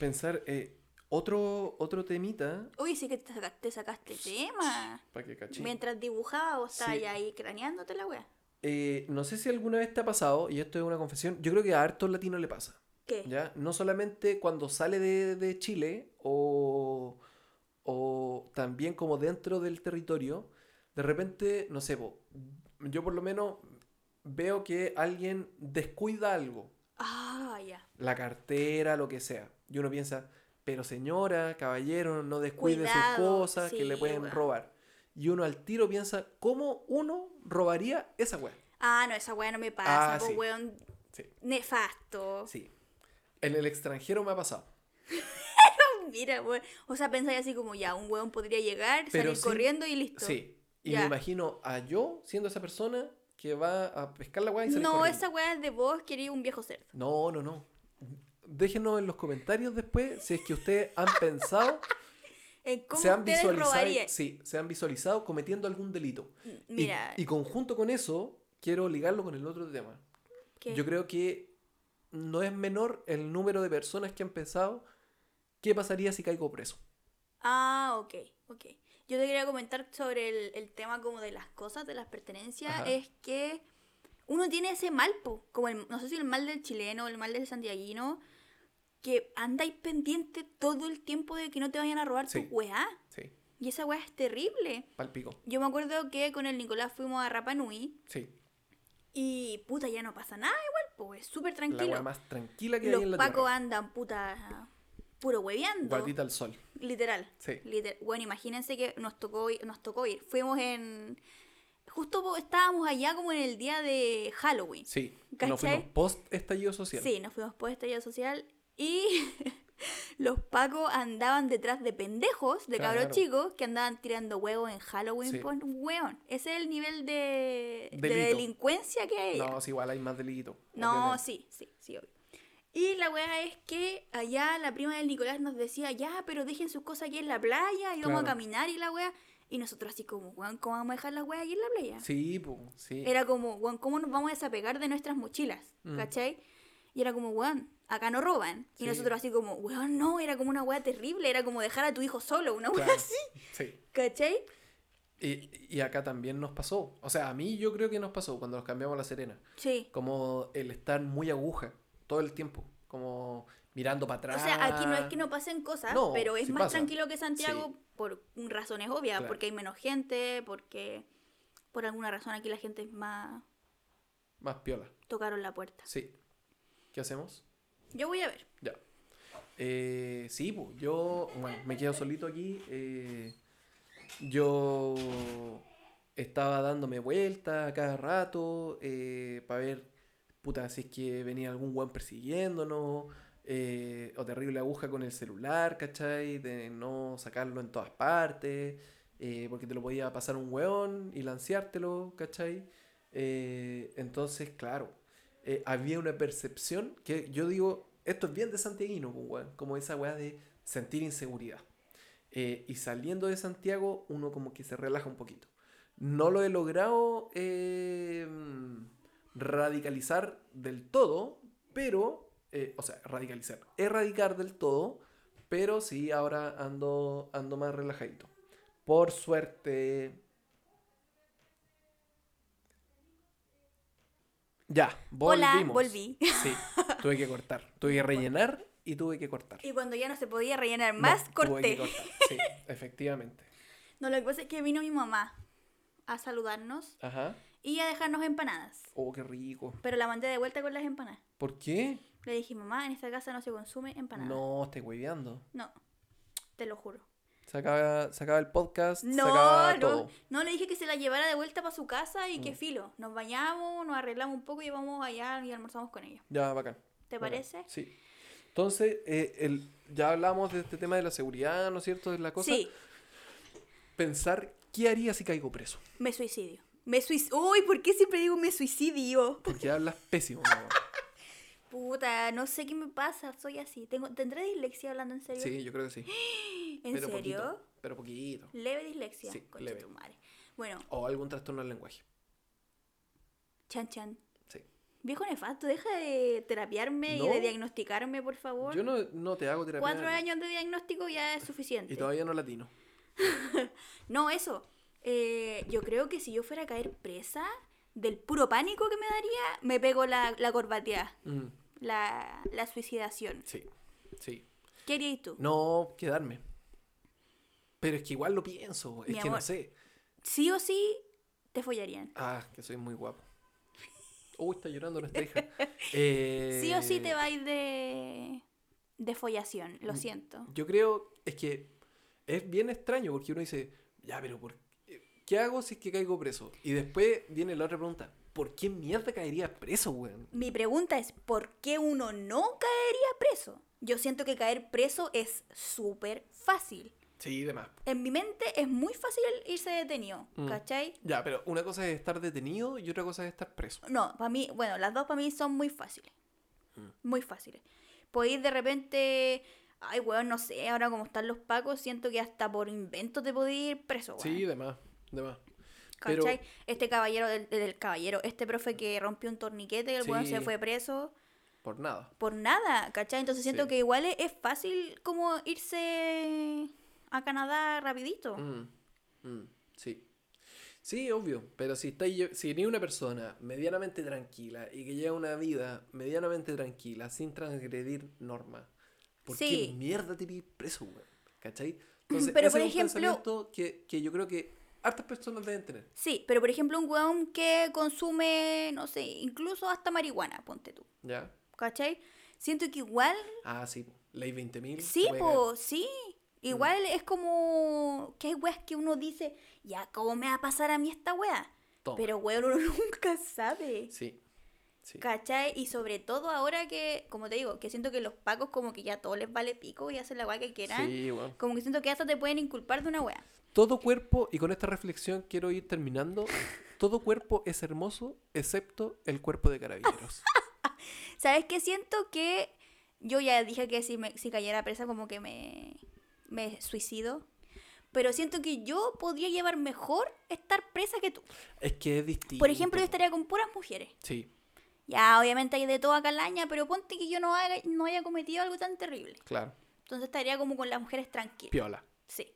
[SPEAKER 1] pensar, eh, otro, otro temita.
[SPEAKER 2] Uy, sí que te sacaste, te sacaste tema.
[SPEAKER 1] Para que cachín.
[SPEAKER 2] Mientras dibujaba vos estabas
[SPEAKER 1] Sí.
[SPEAKER 2] ahí craneándote la wea.
[SPEAKER 1] Eh, no sé si alguna vez te ha pasado, y esto es una confesión, yo creo que a harto latino le pasa.
[SPEAKER 2] ¿Qué?
[SPEAKER 1] ¿Ya? No solamente cuando sale de, de Chile o, o también como dentro del territorio, de repente, no sé, po, yo por lo menos veo que alguien descuida algo,
[SPEAKER 2] Ah, ya.
[SPEAKER 1] la cartera, lo que sea, y uno piensa, pero señora, caballero, no descuide sus
[SPEAKER 2] Cuidado,
[SPEAKER 1] cosas que le
[SPEAKER 2] sí,
[SPEAKER 1] pueden
[SPEAKER 2] weón.
[SPEAKER 1] robar. Y uno al tiro piensa, ¿cómo uno robaría esa weá?
[SPEAKER 2] Ah, no, esa wea no me pasa,
[SPEAKER 1] Ah,
[SPEAKER 2] po,
[SPEAKER 1] sí.
[SPEAKER 2] weón.
[SPEAKER 1] Sí.
[SPEAKER 2] Nefasto.
[SPEAKER 1] Sí. En el extranjero me ha pasado.
[SPEAKER 2] Mira, weón. O sea, pensáis así como ya, un weón podría llegar,
[SPEAKER 1] Pero
[SPEAKER 2] salir
[SPEAKER 1] sí-
[SPEAKER 2] corriendo y listo.
[SPEAKER 1] Sí. Y
[SPEAKER 2] Ya.
[SPEAKER 1] me imagino a yo siendo esa persona que va a pescar la weá y salir
[SPEAKER 2] No,
[SPEAKER 1] corriendo.
[SPEAKER 2] esa weá es de vos, quería un viejo cerdo.
[SPEAKER 1] No, no, no. Déjenos en los comentarios después si es que ustedes han pensado,
[SPEAKER 2] Eh, ¿Cómo
[SPEAKER 1] se han
[SPEAKER 2] ustedes
[SPEAKER 1] visualizado,
[SPEAKER 2] robarían?
[SPEAKER 1] sí, se han visualizado cometiendo algún delito.
[SPEAKER 2] M-
[SPEAKER 1] Y-
[SPEAKER 2] Mira,
[SPEAKER 1] Y, conjunto con eso, quiero ligarlo con el otro tema.
[SPEAKER 2] que-
[SPEAKER 1] Yo creo que no es menor el número de personas que han pensado qué pasaría si caigo preso.
[SPEAKER 2] Ah, ok, ok. Yo te quería comentar sobre el, el tema como de las cosas, de las pertenencias,
[SPEAKER 1] Ajá.
[SPEAKER 2] es que uno tiene ese mal, po, como el, no sé si el mal del chileno, el mal del santiaguino, que andáis pendiente todo el tiempo de que no te vayan a robar
[SPEAKER 1] Sí.
[SPEAKER 2] tu weá.
[SPEAKER 1] Sí,
[SPEAKER 2] Y esa weá es terrible.
[SPEAKER 1] palpico.
[SPEAKER 2] Yo me acuerdo que con el Nicolás fuimos a Rapa Nui
[SPEAKER 1] Sí,
[SPEAKER 2] y puta, ya no pasa nada igual, pues es súper
[SPEAKER 1] la weá
[SPEAKER 2] tranquilo.
[SPEAKER 1] más tranquila que hay en
[SPEAKER 2] Los
[SPEAKER 1] la
[SPEAKER 2] pacos
[SPEAKER 1] tierra.
[SPEAKER 2] andan puta puro hueveando.
[SPEAKER 1] Guardita al sol.
[SPEAKER 2] Literal.
[SPEAKER 1] Sí.
[SPEAKER 2] Liter- Bueno, imagínense que nos tocó, ir- nos tocó ir. Fuimos en. Justo po- estábamos allá como en el día de Halloween.
[SPEAKER 1] Sí,
[SPEAKER 2] ¿Cachai?
[SPEAKER 1] nos fuimos post estallido social.
[SPEAKER 2] Sí, nos fuimos por estallido social y los pacos andaban detrás de pendejos, de cabros
[SPEAKER 1] Claro.
[SPEAKER 2] chicos, que andaban tirando huevos en Halloween.
[SPEAKER 1] Sí.
[SPEAKER 2] Pues, weón, ese es el nivel de, de
[SPEAKER 1] Delito.
[SPEAKER 2] delincuencia que hay. allá.
[SPEAKER 1] No, es igual, hay más delito.
[SPEAKER 2] No,
[SPEAKER 1] obviamente.
[SPEAKER 2] sí, sí, sí, obvio. Y la weá es que allá la prima del Nicolás nos decía, ya, pero dejen sus cosas aquí en la playa y vamos a
[SPEAKER 1] Claro.
[SPEAKER 2] caminar y la weá. Y nosotros así como, weón, ¿cómo vamos a dejar las weas aquí en la playa?
[SPEAKER 1] Sí, pues, sí.
[SPEAKER 2] Era como, weón, ¿cómo nos vamos a desapegar de nuestras mochilas?
[SPEAKER 1] Mm.
[SPEAKER 2] ¿Cachai? Y era como, weón, acá no roban. Y
[SPEAKER 1] Sí.
[SPEAKER 2] nosotros así como, weón, no, era como una weá terrible, era como dejar a tu hijo solo, una weá
[SPEAKER 1] Claro,
[SPEAKER 2] así,
[SPEAKER 1] Sí.
[SPEAKER 2] ¿cachai?
[SPEAKER 1] Y, y acá también nos pasó. O sea, a mí yo creo que nos pasó cuando nos cambiamos a La Serena.
[SPEAKER 2] Sí.
[SPEAKER 1] Como el estar muy aguja todo el tiempo. Como mirando para atrás.
[SPEAKER 2] O sea, aquí no es que no pasen cosas,
[SPEAKER 1] No,
[SPEAKER 2] pero es
[SPEAKER 1] sí
[SPEAKER 2] más
[SPEAKER 1] pasa.
[SPEAKER 2] tranquilo que Santiago
[SPEAKER 1] Sí.
[SPEAKER 2] por razones obvias,
[SPEAKER 1] Claro.
[SPEAKER 2] porque hay menos gente, porque por alguna razón aquí la gente es más
[SPEAKER 1] Más piola.
[SPEAKER 2] tocaron la puerta.
[SPEAKER 1] Sí. ¿Qué hacemos?
[SPEAKER 2] Yo voy a ver.
[SPEAKER 1] Ya. Eh, sí, pues, yo bueno, me quedo solito aquí. eh, Yo estaba dándome vueltas a cada rato eh, para ver, puta, si es que venía algún weón persiguiéndonos, eh, o terrible aguja con el celular, ¿cachai? De no sacarlo en todas partes, eh, porque te lo podía pasar un weón y lanceártelo, ¿cachai? Eh, entonces, claro, eh, había una percepción que yo digo, esto es bien de santiaguino, pues, weón, como esa weá de sentir inseguridad. Eh, y saliendo de Santiago, uno como que se relaja un poquito no lo he logrado eh, radicalizar del todo, pero, eh, o sea, radicalizar, erradicar del todo, pero sí ahora ando, ando más relajadito. Por suerte. Ya, volvimos.
[SPEAKER 2] Hola, volví.
[SPEAKER 1] Sí, tuve que cortar. Tuve que rellenar y tuve que cortar.
[SPEAKER 2] Y cuando ya no se podía rellenar más,
[SPEAKER 1] No, Tuve que
[SPEAKER 2] corté.
[SPEAKER 1] cortar, sí, efectivamente.
[SPEAKER 2] No, lo que pasa es que vino mi mamá a saludarnos
[SPEAKER 1] Ajá.
[SPEAKER 2] y a dejarnos empanadas.
[SPEAKER 1] Oh, qué rico.
[SPEAKER 2] Pero la mandé de vuelta con las empanadas.
[SPEAKER 1] ¿Por qué?
[SPEAKER 2] Le dije, mamá, en esta casa no se consume empanada.
[SPEAKER 1] No, estoy hueveando.
[SPEAKER 2] No, te lo juro.
[SPEAKER 1] Se acaba, se acaba el podcast, se
[SPEAKER 2] No,
[SPEAKER 1] acaba
[SPEAKER 2] no,
[SPEAKER 1] todo. Mm.
[SPEAKER 2] no, le dije que se la llevara de vuelta para su casa y que filo. Nos bañamos, nos arreglamos un poco y vamos allá y almorzamos con ella.
[SPEAKER 1] Ya, bacán.
[SPEAKER 2] ¿Te
[SPEAKER 1] bacán,
[SPEAKER 2] parece?
[SPEAKER 1] Sí. Entonces, eh, el, ya hablamos de este tema de la seguridad, ¿no es cierto? De la cosa.
[SPEAKER 2] Sí,
[SPEAKER 1] Pensar, ¿qué haría si caigo preso?
[SPEAKER 2] me suicidio. Me suicidio. Uy, ¿por qué siempre digo me suicidio?
[SPEAKER 1] Porque hablas pésimo, mamá.
[SPEAKER 2] Puta, no sé qué me pasa, soy así. Tengo, ¿Tendré dislexia hablando en serio?
[SPEAKER 1] Sí, yo creo que sí.
[SPEAKER 2] ¿En
[SPEAKER 1] pero
[SPEAKER 2] serio?
[SPEAKER 1] Poquito, pero poquito.
[SPEAKER 2] Leve dislexia.
[SPEAKER 1] Sí,
[SPEAKER 2] concha
[SPEAKER 1] leve.
[SPEAKER 2] tu madre. Bueno,
[SPEAKER 1] O algún trastorno del lenguaje.
[SPEAKER 2] chan chan.
[SPEAKER 1] Sí.
[SPEAKER 2] Viejo nefasto, deja de terapiarme y
[SPEAKER 1] No.
[SPEAKER 2] de diagnosticarme, por favor.
[SPEAKER 1] Yo no, no te hago terapia.
[SPEAKER 2] Cuatro años de diagnóstico ya es suficiente.
[SPEAKER 1] Y todavía no latino.
[SPEAKER 2] No, eso. Eh, yo creo que si yo fuera a caer presa, del puro pánico que me daría, me pego la, la corbatía,
[SPEAKER 1] Mm,
[SPEAKER 2] la, la suicidación.
[SPEAKER 1] sí, sí.
[SPEAKER 2] ¿Qué harías tú?
[SPEAKER 1] No quedarme. Pero es que igual lo pienso. Es
[SPEAKER 2] Mi
[SPEAKER 1] que no
[SPEAKER 2] amor.
[SPEAKER 1] sé.
[SPEAKER 2] Sí o sí, te follarían.
[SPEAKER 1] Ah, que soy muy guapo. Uy, está llorando nuestra hija. Eh,
[SPEAKER 2] Sí o sí te vais de, de follación, lo
[SPEAKER 1] Mm.
[SPEAKER 2] siento.
[SPEAKER 1] Yo creo, es que es bien extraño porque uno dice, ya, pero ¿por ¿qué hago si es que caigo preso? Y después viene la otra pregunta, ¿por qué mierda caería preso, weón?
[SPEAKER 2] Mi pregunta es, ¿por qué uno no caería preso? Yo siento que caer preso es súper fácil.
[SPEAKER 1] Sí, demás.
[SPEAKER 2] En mi mente es muy fácil irse detenido,
[SPEAKER 1] Mm.
[SPEAKER 2] ¿cachai?
[SPEAKER 1] Ya, pero una cosa es estar detenido y otra cosa es estar preso.
[SPEAKER 2] No, para mí, bueno, las dos para mí son muy fáciles.
[SPEAKER 1] Mm.
[SPEAKER 2] Muy fáciles. Podéis de repente, ay, weón, no sé, ahora como están los pacos, siento que hasta por invento te podéis ir preso, weón.
[SPEAKER 1] Sí, demás, demás. pero-
[SPEAKER 2] ¿Cachai? Este caballero del, del caballero, este profe que rompió un torniquete, el
[SPEAKER 1] Sí.
[SPEAKER 2] weón se fue preso
[SPEAKER 1] Por nada.
[SPEAKER 2] por nada, ¿cachai? Entonces siento
[SPEAKER 1] Sí.
[SPEAKER 2] que igual e, es, es fácil como irse a Canadá rapidito.
[SPEAKER 1] Mm, mm, sí. Sí, obvio, pero si estáis, lle- si ni una persona medianamente tranquila y que lleva una vida medianamente tranquila sin transgredir normas, ¿por
[SPEAKER 2] Sí.
[SPEAKER 1] qué mierda te irías preso, weón? ¿Cachai? Entonces,
[SPEAKER 2] Pero,
[SPEAKER 1] ese
[SPEAKER 2] por
[SPEAKER 1] es un
[SPEAKER 2] ejemplo-
[SPEAKER 1] pensamiento que, que yo creo que hartas personas deben tener.
[SPEAKER 2] Sí, pero por ejemplo un weón que consume, no sé, incluso hasta marihuana, ponte tú.
[SPEAKER 1] ¿Ya?
[SPEAKER 2] ¿cachai? Siento que igual,
[SPEAKER 1] Ah, sí, po. ley 20.000.
[SPEAKER 2] sí,
[SPEAKER 1] te puede Mm. caer.
[SPEAKER 2] po, sí. Igual es como que hay weas que uno dice, ya, ¿cómo me va a pasar a mí esta wea?
[SPEAKER 1] Toma.
[SPEAKER 2] Pero weón, uno nunca sabe.
[SPEAKER 1] Sí, sí.
[SPEAKER 2] ¿Cachai? Y sobre todo ahora que, como te digo, que siento que los pacos como que ya todo les vale pico y hacen la wea que quieran.
[SPEAKER 1] Sí, weón.
[SPEAKER 2] Como que siento que hasta te pueden inculpar de una wea.
[SPEAKER 1] Todo cuerpo, y con esta reflexión quiero ir terminando, todo cuerpo es hermoso excepto el cuerpo de carabineros.
[SPEAKER 2] ¿Sabes qué? Siento que yo ya dije que si, me, si cayera presa como que me, me suicido. Pero siento que yo podría llevar mejor estar presa que tú.
[SPEAKER 1] Es que es distinto.
[SPEAKER 2] Por ejemplo, yo
[SPEAKER 1] po.
[SPEAKER 2] estaría con puras mujeres.
[SPEAKER 1] Sí,
[SPEAKER 2] Ya, obviamente hay de toda calaña, pero ponte que yo no haya, no haya cometido algo tan terrible.
[SPEAKER 1] claro.
[SPEAKER 2] Entonces estaría como con las mujeres tranquilas.
[SPEAKER 1] Piola.
[SPEAKER 2] Sí.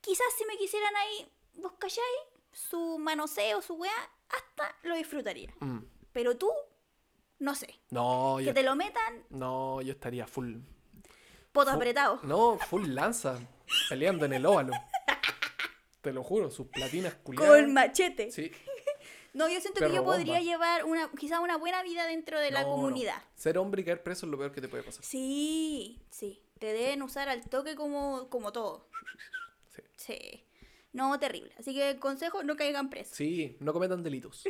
[SPEAKER 2] Quizás si me quisieran ahí, vos calláis, su manoseo, su weá, hasta lo disfrutaría.
[SPEAKER 1] Mm.
[SPEAKER 2] Pero tú, no sé.
[SPEAKER 1] No, yo,
[SPEAKER 2] Que te lo metan
[SPEAKER 1] no, yo estaría full.
[SPEAKER 2] poto
[SPEAKER 1] fu-
[SPEAKER 2] apretado.
[SPEAKER 1] No, full lanza. Peleando en el óvalo. Te lo juro, sus platinas culiadas.
[SPEAKER 2] Con machete.
[SPEAKER 1] Sí.
[SPEAKER 2] No, yo siento que
[SPEAKER 1] Perro
[SPEAKER 2] yo podría
[SPEAKER 1] bomba.
[SPEAKER 2] llevar una, quizás una buena vida dentro de la
[SPEAKER 1] No, no.
[SPEAKER 2] comunidad.
[SPEAKER 1] Ser hombre y caer preso es lo peor que te puede pasar.
[SPEAKER 2] Sí, sí. Te deben usar al toque como, como todo.
[SPEAKER 1] Sí.
[SPEAKER 2] Sí. No, terrible. Así que consejo, no caigan presos.
[SPEAKER 1] Sí, no cometan delitos.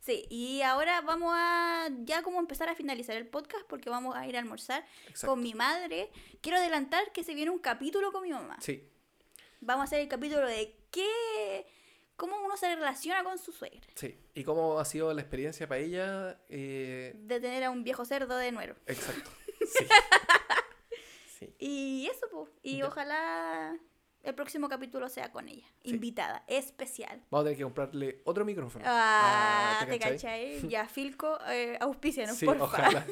[SPEAKER 2] Sí, y ahora vamos a ya como empezar a finalizar el podcast porque vamos a ir a almorzar
[SPEAKER 1] Exacto.
[SPEAKER 2] con mi madre. Quiero adelantar que se viene un capítulo con mi mamá.
[SPEAKER 1] Sí,
[SPEAKER 2] Vamos a hacer el capítulo de qué, cómo uno se relaciona con su suegra.
[SPEAKER 1] sí. ¿Y cómo ha sido la experiencia para ella? Eh,
[SPEAKER 2] De tener a un viejo cerdo de nuevo.
[SPEAKER 1] exacto. Sí. sí.
[SPEAKER 2] Y eso, pues. Y
[SPEAKER 1] Ya.
[SPEAKER 2] ojalá el próximo capítulo sea con ella.
[SPEAKER 1] Sí.
[SPEAKER 2] Invitada, especial.
[SPEAKER 1] Vamos a tener que comprarle otro micrófono.
[SPEAKER 2] Ah,
[SPEAKER 1] Ah,
[SPEAKER 2] ¿te
[SPEAKER 1] cachai?
[SPEAKER 2] cachai? Ya, Filco, eh, auspícianos,
[SPEAKER 1] Sí,
[SPEAKER 2] porfa.
[SPEAKER 1] ojalá.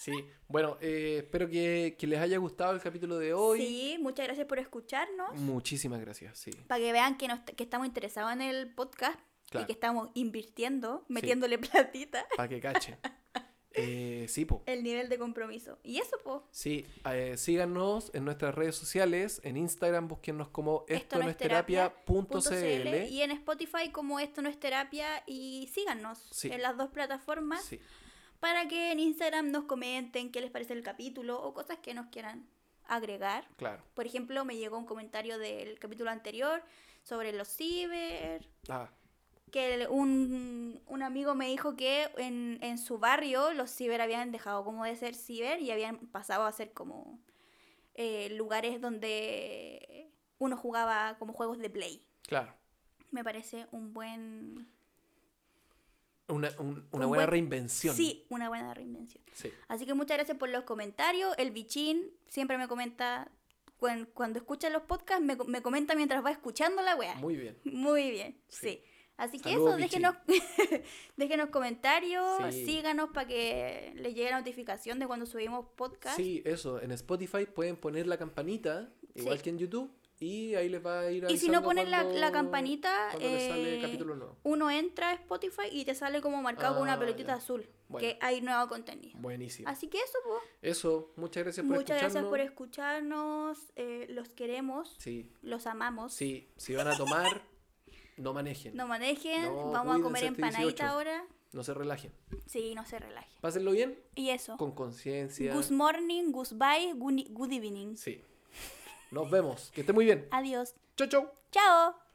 [SPEAKER 1] Sí, bueno, eh, espero que, que les haya gustado el capítulo de hoy.
[SPEAKER 2] Sí, muchas gracias por escucharnos.
[SPEAKER 1] Muchísimas gracias, sí.
[SPEAKER 2] Para que vean que, nos- que estamos interesados en el podcast y
[SPEAKER 1] Claro.
[SPEAKER 2] que estamos invirtiendo, metiéndole platita,
[SPEAKER 1] Para que cachen. Eh, sí, po.
[SPEAKER 2] el nivel de compromiso. Y eso, pues,
[SPEAKER 1] Sí, eh, síganos en nuestras redes sociales, en Instagram, búsquennos como esto no es
[SPEAKER 2] punto CL,
[SPEAKER 1] terapia.cl.
[SPEAKER 2] y en Spotify como esto no es terapia y síganos
[SPEAKER 1] Sí.
[SPEAKER 2] en las dos plataformas
[SPEAKER 1] Sí,
[SPEAKER 2] para que en Instagram nos comenten qué les parece el capítulo o cosas que nos quieran agregar.
[SPEAKER 1] claro.
[SPEAKER 2] Por ejemplo, me llegó un comentario del capítulo anterior sobre los ciber,
[SPEAKER 1] Ah,
[SPEAKER 2] que el- un, un amigo me dijo que en, en su barrio los ciber habían dejado como de ser ciber y habían pasado a ser como eh, lugares donde uno jugaba como juegos de play.
[SPEAKER 1] claro.
[SPEAKER 2] Me parece un buen...
[SPEAKER 1] Una, un- una buena
[SPEAKER 2] Un buen-
[SPEAKER 1] reinvención.
[SPEAKER 2] Sí, una buena reinvención.
[SPEAKER 1] Sí,
[SPEAKER 2] Así que muchas gracias por los comentarios. El bichín siempre me comenta, cuan- cuando escucha los podcasts, me, co- me comenta mientras va escuchando la wea.
[SPEAKER 1] muy bien.
[SPEAKER 2] Muy bien, sí.
[SPEAKER 1] Sí.
[SPEAKER 2] Así que
[SPEAKER 1] Saludos,
[SPEAKER 2] eso, déjenos, déjenos comentarios,
[SPEAKER 1] Sí.
[SPEAKER 2] síganos para que les llegue la notificación de cuando subimos podcast.
[SPEAKER 1] Sí, eso. En Spotify pueden poner la campanita, igual
[SPEAKER 2] Sí.
[SPEAKER 1] que en YouTube, y ahí les va a ir
[SPEAKER 2] y si no
[SPEAKER 1] avisando
[SPEAKER 2] ponen la,
[SPEAKER 1] cuando-
[SPEAKER 2] la campanita,
[SPEAKER 1] cuando les sale
[SPEAKER 2] eh,
[SPEAKER 1] capítulo nuevo.
[SPEAKER 2] uno entra a Spotify y te sale como marcado con una
[SPEAKER 1] Ah,
[SPEAKER 2] pelotita
[SPEAKER 1] ya.
[SPEAKER 2] azul,
[SPEAKER 1] Bueno.
[SPEAKER 2] que hay nuevo contenido.
[SPEAKER 1] Buenísimo.
[SPEAKER 2] Así que eso, po.
[SPEAKER 1] Eso, muchas gracias por
[SPEAKER 2] muchas gracias
[SPEAKER 1] escucharnos.
[SPEAKER 2] por escucharnos, eh, los queremos,
[SPEAKER 1] Sí,
[SPEAKER 2] los amamos.
[SPEAKER 1] sí. Si van a tomar, no manejen.
[SPEAKER 2] No manejen,
[SPEAKER 1] No,
[SPEAKER 2] vamos a comer
[SPEAKER 1] cuídense este
[SPEAKER 2] empanadita
[SPEAKER 1] 18.
[SPEAKER 2] ahora.
[SPEAKER 1] no se relajen.
[SPEAKER 2] Sí, no se relajen.
[SPEAKER 1] Pásenlo bien,
[SPEAKER 2] Y eso.
[SPEAKER 1] con conciencia.
[SPEAKER 2] Good morning, goodbye, good good evening.
[SPEAKER 1] Sí. Nos vemos. Que esté muy bien.
[SPEAKER 2] Adiós.
[SPEAKER 1] Chau, chau.
[SPEAKER 2] Chao.